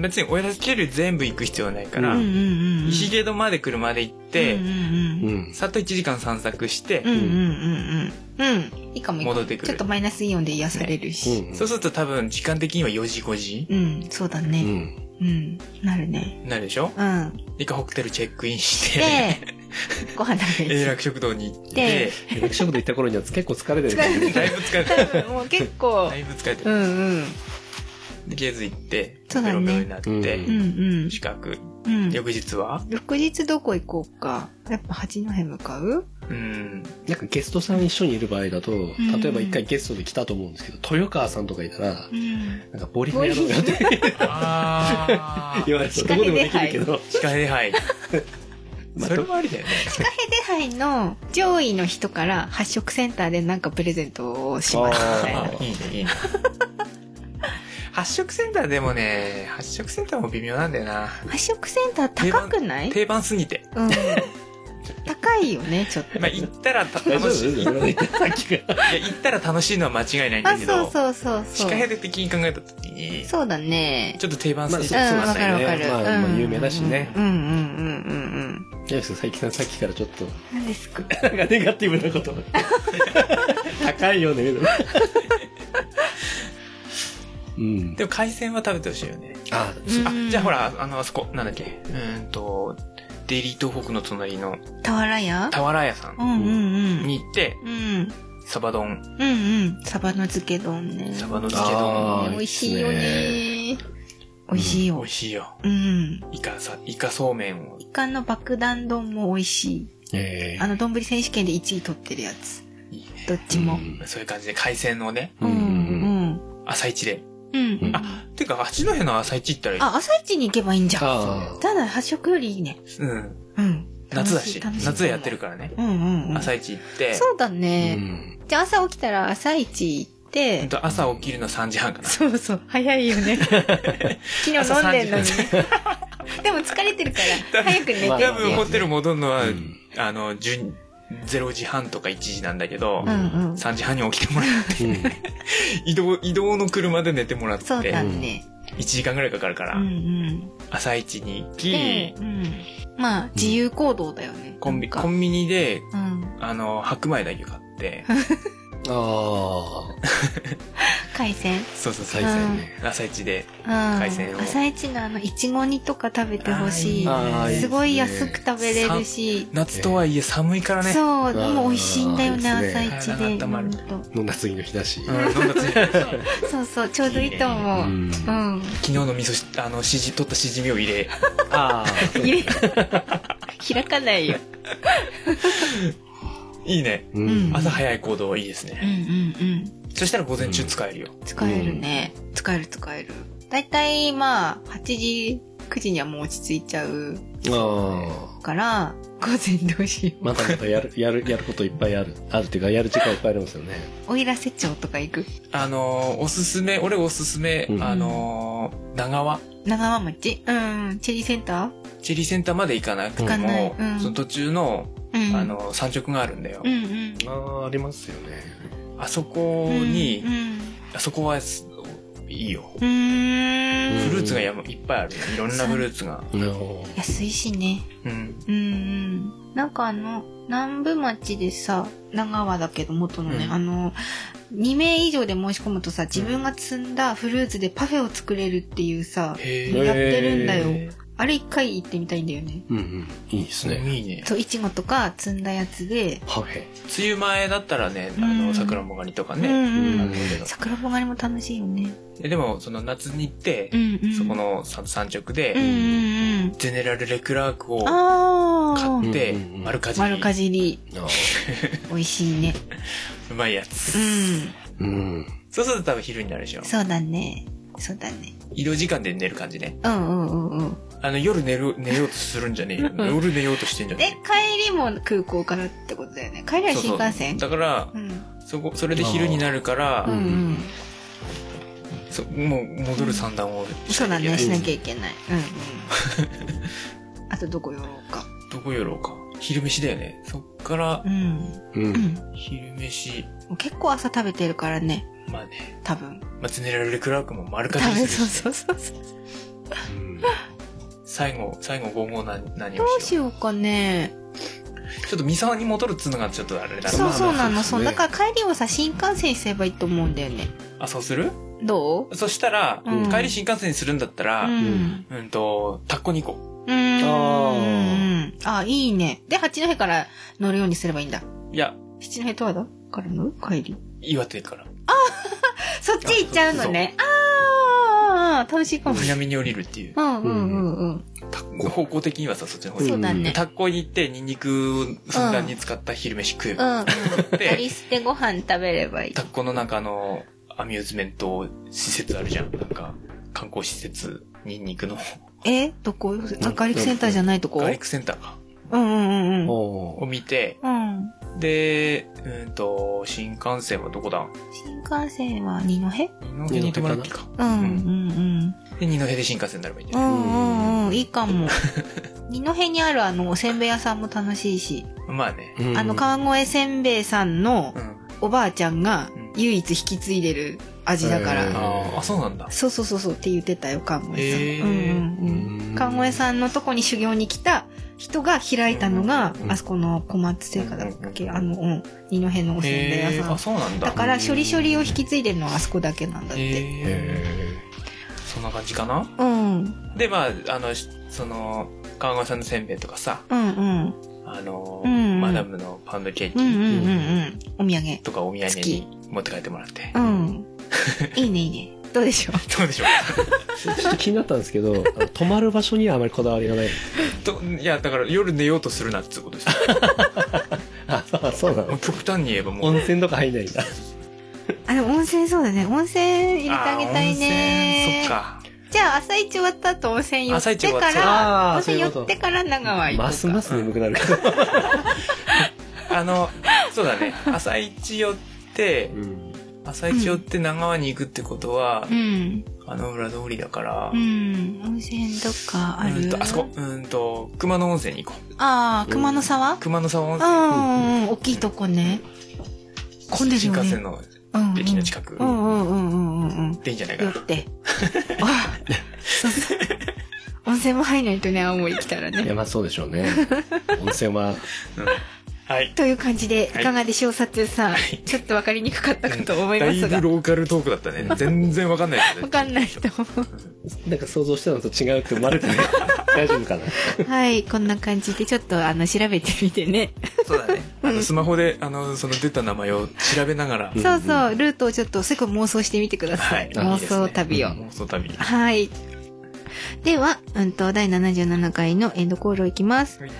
S2: 別に親父ケール全部行く必要はないから、
S3: うんうんうんうん
S2: 石毛戸まで車で行って、
S3: うん
S4: う
S3: うん
S4: ん
S2: さっと1時間散策して
S3: うんうんう、んうんうんうんいいかもいいかも
S2: 戻ってくる
S3: ちょっとマイナスイオンで癒されるし、
S4: うん
S2: そうすると多分時間的には4時5時
S3: うんそうだ
S4: う
S3: ね
S4: ん
S3: うん、なるね
S2: になるでしょ
S3: うん
S2: 一回ホテルチェックインして、
S3: でご飯食べ
S2: 永
S3: る
S2: 楽食堂に行っ
S3: で
S2: て、
S4: 役職で行った頃には結構疲れて
S3: 疲
S4: る
S3: れてる
S2: だいぶ疲れ
S3: 多
S2: た。
S3: 分もう結構
S2: だいぶ疲れて
S3: う
S2: る。
S3: んうん
S2: で、ケーズ行って、
S3: そう
S2: ベ
S3: だね
S2: ロベロになって、
S4: う
S3: うん
S2: 四角。
S3: うんうん
S2: 翌日は
S3: 翌日どこ行こうかやっぱ八戸向かう
S2: うん。
S4: なんかゲストさん一緒にいる場合だと、
S3: ん
S4: 例えば一回ゲストで来たと思うんですけど、豊川さんとかいたら、
S3: うん
S4: なんかボーリングやろうよって
S2: あ
S4: 言
S2: ー。
S4: われて、どこでもできるけど、
S2: 司会杯。それもありだよね。
S3: 手配の上位の人から発色センターでなんかプレゼントをしますみたいな
S2: あいいね、いいね。発色センターでもね、発色センターも微妙なんだよな。
S3: 発色センター高くない
S2: 定番すぎて。
S3: うん高いよねちょっと
S2: まあ、行ったらた
S4: 大丈
S2: 楽しい。いや、
S4: 夫さっきが。
S2: 行ったら楽しいのは間違いないん
S3: あ
S2: だけ
S3: そう
S2: ど、
S3: そうそう
S2: 司
S3: そう
S2: 会派的に考えた時に、
S3: そうだね
S2: ちょっと定番すぎて
S3: う
S4: ま
S3: ん
S4: あ
S3: わ
S4: わ
S3: か
S4: か
S3: るわ
S4: るわ
S3: か
S4: か
S3: る
S4: るまあまあ有名だしね
S3: うんうんうんうんうん
S4: いや、最近さっきからちょっと、
S3: 何ですか
S4: なんかネガティブな こと。高いよね、みたいなうん。
S2: でも海鮮は食べてほしいよね。
S4: あ、
S2: あ
S3: うん、
S2: じゃあほら、あの、あそこ、なんだっけ、うーんと、デイリー東北の隣の
S3: 俵屋
S2: 俵屋さ
S3: うんんうんうん
S2: に行って、
S3: うん
S2: サバ丼、
S3: うんうんサバの漬け丼ね
S2: サバの漬け丼、
S4: あー
S3: 美味しいよね美味しい
S2: 美
S3: よ
S2: 味しいよ。
S3: うん
S2: イカさ、イカそうめんを
S3: イカの爆弾丼も美味しい
S4: ええ
S3: あの丼選手権で1位取ってるやつ
S2: いいね。
S3: どっちも
S2: そういう感じで海鮮をね、
S3: う
S4: うんん
S3: う
S4: うん
S3: ん
S2: 朝市で。
S3: うん、
S4: うん
S2: あ、てか、八戸の朝市行ったらいい。
S3: あ朝一に行けばいいんじゃん
S4: ああ。
S3: ただ発色よりいいね
S2: うん。
S3: うん
S2: 夏だし、
S3: 楽い
S2: 夏でやってるからね。
S3: うんうんうん
S2: 朝市行って、
S3: そうだ
S4: う
S3: ね、
S4: ん
S3: じゃあ朝起きたら朝一行って、
S2: ほんと朝起きるの3時半かな。
S3: そうそう、早い よね。昨日飲んでんのにね。 でも疲れてるから、早く寝てって。
S4: まあ
S2: 多分ホテル戻るのは、
S4: うん
S2: あの、10 0時半とか1時なんだけど、
S3: うんうん。
S2: 3時半に起きてもらって、
S4: うん
S2: 移動、移動の車で寝てもらって、
S3: そうだ
S2: 1
S3: ね。
S2: 時間ぐらいかかるか
S3: う
S2: ら、
S3: んうん。
S2: 朝一に行
S3: で
S2: き、、
S3: うん。まあ、自由行動だよね。
S2: コンビ、
S3: なんか
S2: コンビニで、
S3: うん。
S2: あの、白米だけ買って、
S4: ああ、
S3: 海鮮。
S2: そうそうそう
S4: 再、生ね。
S2: 朝一で、
S3: うん。
S2: 海鮮を
S3: 朝一のあの、いちご煮とか食べてほしい
S2: あ。
S4: ああ、
S2: ーいいですね
S3: すごい安く食べれるし。
S2: 夏とはいえ寒いからね、
S3: そう、でも美味しいんだよね、
S4: あーいいです
S3: 朝
S4: ね
S3: 一で。
S2: 体が温まる
S3: ほんと
S4: 飲んだ次の日だし。
S2: うん、飲んだ次昨
S3: そうそう、ちょうどいいと思う。
S4: う
S3: う んん。
S2: 日の味噌汁、あの、しじ、取ったしじみを入 れ、
S4: ああ、
S3: 入れ開かないよ。
S2: いいね。
S4: う
S3: うん
S4: ん。
S2: 朝早い行動はいいですね
S3: う。んうんうん。
S2: そしたら午前中使えるよ。
S3: 使えるね。使える使える。だいたいまあ、8時、9時にはもう落ち着いちゃう
S4: ああ。
S3: から、午前どうしよう。
S4: まだまだやる、やる、やることいっぱいある。あるっていうか、やる時間いっぱいありますよね。
S3: おいらせ町とか行く
S2: あのーおすすめ、俺おすすめ、
S4: うん
S2: あのー長和、
S3: 長和町うん。チェリーセンタ
S2: チェリーセンターまで行かなくて
S4: 行か
S3: ない
S2: も、
S3: うん
S2: その途中の、
S3: ーうん。
S2: あ、のー産直があるんだよ。
S3: うんうん。
S4: ああ、ありますよね。
S2: あそこに、
S3: うん
S2: あそこはす、いいよ。
S3: うん。うーん
S2: フルーツがやまいっぱいあるよ。いろんなフルーツが。
S4: う
S3: 安いしね。
S2: うん。
S3: うんうん。なんかあの、南部町でさ、長和だけど元のね、
S2: うん
S3: あの、2名以上で申し込むとさ、自分が摘んだフルーツでパフェを作れるっていうさ、
S2: へ
S3: やってるんだよ。
S4: へ
S3: あれ一回行ってみたいんだよね。
S4: んうん。いいですね。
S2: ーいいね。
S3: そう、いちごとか摘んだやつで。
S4: パフェ。
S2: 梅雨前だったらね、あ
S3: う
S2: の、
S3: ん
S2: 桜もがりとか
S3: う
S2: ね。
S3: ん
S2: あ
S3: うん
S2: る。けど
S3: 桜ぼがりも楽しいよね。
S2: えでも、その夏に行って
S3: う、んうん。
S2: そこ。のさ産直で、
S3: うんうんうん。
S2: ゼネラル・レクラークを
S3: あ
S2: 買っ
S3: あ。
S2: て
S4: うんうんう、ん
S2: 丸かじり。
S3: 丸かじり。
S4: ああ。
S3: 美味しいね。
S2: うまいやつ。
S3: うん。
S4: うん。
S2: そうすると多分昼になるでしょ。
S3: そうだね。そうだね。
S2: 移動時間で寝る感じね。
S3: うんうんうんうん。
S2: あの、夜寝る、寝ようとするんじゃねえよ。夜寝ようとしてんじゃ
S3: で
S2: ね、
S3: 帰りも空港からってことだよね。帰り
S2: え
S3: は
S2: よ。
S3: 新幹線
S2: そうそうだから、
S3: うん。
S2: そこ、それで昼になるか
S3: うんう
S2: ら、
S3: ん。
S2: そもう戻る算段をし
S3: そ
S2: な
S3: う
S2: きゃ
S3: だ
S2: いけない
S3: ね。しなきゃいけない。うんうん。 あとどこ寄ろうか。
S2: どこ寄ろうか。昼飯だよね。そっから
S3: う、ん。
S4: う。
S3: うんん。
S2: 昼飯、
S3: 結構朝食べてるからね。
S2: まあね、
S3: 多分。
S2: まあ、ゼネラル・レクラークも丸か
S3: 食
S2: じ
S3: べ
S2: り
S3: そう
S2: す
S3: そ
S2: るし、
S3: うそうそう。
S2: 最後、最後午後な何を
S3: どう
S2: し
S3: し
S2: よ
S3: ようかね。
S2: う。ちょっと三沢に戻るっつうのがちょっとあれだな
S3: そうそうな
S4: ま
S3: の。
S4: あ
S3: そう。
S4: そう
S3: だ
S4: ですね
S3: から帰りをさ、新幹線にすればいいと思うんだよね。
S2: あ、そうする
S3: ど
S2: そしたら、
S3: うん
S2: 帰り新幹線にするんだった
S3: う
S2: ら、
S3: う
S2: うん、
S3: ん。
S2: と、タッコに行こ
S3: うーん。あ、いいね。で、八戸から乗るようにすればいいんだ。
S2: う。いや、
S3: 七戸十和田から乗る帰り。
S2: 岩手から。
S3: そっち行っちゃうのね。ああ、楽しいかも。
S2: 南に降りるっていう。
S3: うんうんうんうん。
S2: タッコ方向的にはさ、そっちの方に
S3: そうだね。
S2: タッコに行って、ニンニクをふんだんに使った昼飯食う。
S3: うんうん。
S2: で
S3: 乗り捨てご飯食べればいい
S2: タ。ッコの中のアミューズメント施設あるじゃん。なんか、観光施設、ニンニクの、
S3: えどこあ、ガーリックセンターじゃないとこ
S2: ガーリックセンターか。
S3: うんうんうんうん。
S2: を
S4: おー
S2: 見て、
S3: うん。
S2: で、うんと、新幹線はどこだ
S3: 新幹線は二戸
S2: 二戸に泊まる気か。
S3: うんうんん
S2: で、二戸で新幹線になればいいん
S3: うん。う
S2: だよね。
S3: んうんうん。いいかも。二戸にあるあの、おせんべい屋さんも楽しいし、
S2: まあね。
S4: うん
S3: あの、川越せんべいさんの
S2: うん。
S3: おばあちゃんが
S2: うん
S3: 唯一引き継いでる味だか
S4: へ
S3: ら。
S4: ー
S2: あーあ、そうなんだ。
S3: そうそうそうそうって言ってたよ、川越さん。
S2: へー
S3: うんうんうん。
S4: うん
S3: 川越さんのとこに修行に来た人が開いたのが、
S4: うん
S3: あそこの小松製菓だっけ、
S2: うん
S3: あの、うん、二戸のおせんべい
S2: へ
S3: 屋
S2: ー
S3: さ
S2: あ、
S3: ん。
S2: そうなん
S3: だ
S2: だ。
S3: から、処理処理を引き継いでるのはあそこだけなんだって。
S2: へー
S4: へ
S2: そんな感じかな
S3: うん、うん
S2: で、まあ、あの、しその、川越さんのせんべいとかさ、
S3: うん、
S2: あの、
S3: うんうん
S2: マダムのパウンドケー
S3: うん、うん、うん、う
S2: キ
S3: ん、お土産。
S2: とかお土産
S3: 好
S2: に
S3: き
S2: 持って帰ってもらって
S3: う。ん。いいね、いいね。どう でしょう。
S2: どうでしょ
S4: ーちょっと気になったんですけど、あの泊まる場所にはあまりこだわりがない。
S2: うといや、だから夜寝ようとするなってことです。
S4: あ、そうそうな
S2: もう
S4: の。
S2: 極端に言えばもう。
S4: 温泉とか入んないんだ。
S3: あ、でも温泉そうだね。温泉入れてあげたいね。
S2: あー温泉
S3: じゃあ、朝一終わった後温泉寄っ
S2: 朝一
S3: て
S2: 終わ
S3: か
S2: った
S3: ら、
S4: あー
S3: 温泉
S4: そうい
S3: 寄
S4: うこと
S3: ってから長和行こうか。
S4: ますます眠くなるけど。
S2: そっか。あの、そうだね。朝一寄って、
S4: うん
S2: 朝一寄って長川に行くってことは
S3: う、ん。
S2: あの裏通りだから、
S3: うん。温泉どっかあ
S2: う
S3: る
S2: んとあそこ、うんと、熊野温泉に行こう。
S3: ああ、熊の沢、
S2: 熊野沢温泉。
S3: ああ、大きいとこね。混んでる
S2: 新
S3: よね。
S2: 幹線の
S3: うんうん
S2: 駅の近く。
S3: うんうんうんうんうんうん。
S2: でいいんじゃないか
S3: 寄っ
S2: な。
S3: て。あそうそう。温泉も入らないとね、青森来たら
S4: い
S3: ね
S4: や。まあそうでしょうね温泉は
S2: はい。
S3: という感じで、い
S2: はい
S3: かがでしょう、さつさん
S2: い。
S3: ちょっとわかりにくかったかと思い
S2: だ
S3: ま
S2: い
S3: す
S2: ぶ
S3: が。
S2: ローカルトークだったね。全然わかんないけど
S3: わ
S2: ね
S3: かんないと思う。
S4: なんか想像してたのと違うってバレてね大丈夫かな
S3: はい、こんな感じで、ちょっとあの、調べてみてね。
S2: そうだね。あのスマホで、あの、その出た名前を調べながら、
S3: そうそう、ルートをちょっと、すぐ妄想してみてください。
S2: はい
S3: 妄想旅を。
S2: 妄想旅。
S3: はい。では、うんと、第77回のエンドコールをいきます。
S2: はい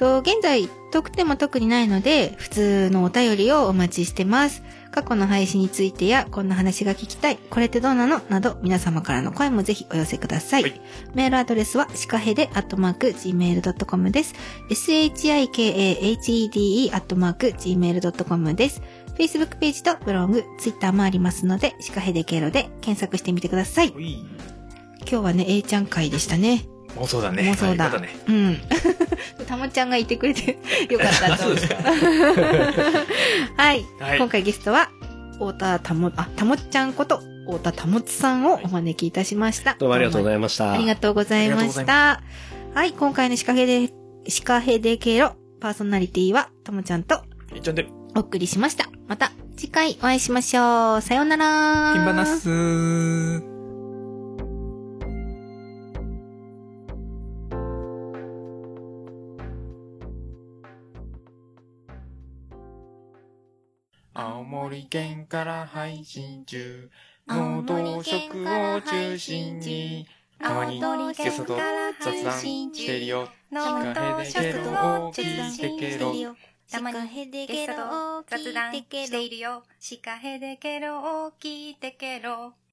S3: と現在、特典も特にないので、普通のお便りをお待ちしてます。過去の配信についてや、こんな話が聞きたい、これってどうなのなど、皆様からの声もぜひお寄せください。
S2: はい
S3: メールアドレスは、シカヘデアットマーク Gmail.com です。shikahede アットマーク Gmail.com です。Facebook ページとブログ、Twitter もありますので、シカヘデ経路で検索してみてください。
S2: ほい
S3: 今日はね、A ちゃん会でしたね。
S2: 妄想だね。
S3: 妄想だ
S2: はいまね。
S3: うん。 たまちゃんがいてくれて よかったと思う。
S2: か。
S3: はい。
S2: はい
S3: 今回ゲストは、太田たも、あ、たもっちゃんこと、太田たもつさんをお招きいたしました。
S4: どうもありがとう
S3: いま
S4: ございました
S3: ありがとうございました。はい、今回のシカヘデ、シカヘデ経路、パーソナリティは、たもちゃんと
S2: いっちゃんで、ピン
S3: お送りしました。また次回お会いしましょう。さようなら。
S2: バナスー。青森県から配信中、
S1: 青
S2: 能
S1: 森
S2: 動
S1: 県
S2: 食
S1: から
S2: を
S1: 配
S2: 中
S1: 信
S2: 心
S1: 中
S2: に、
S1: た
S2: た
S1: ま
S2: ま
S1: に
S2: に
S1: ゲ
S2: ゲ
S1: ス
S2: ス
S1: トと
S2: トと
S1: 雑談
S2: 雑
S1: し
S2: 談してて
S1: る
S2: るよ。
S1: ノート
S2: シ
S1: 食
S2: カ
S1: 堂
S2: ヘ
S1: 中
S2: デ
S1: 心
S2: ケ
S1: して
S2: ロ
S1: るよ。たまにゲストと雑談しているよ。シカヘデケロを聞いてケロ。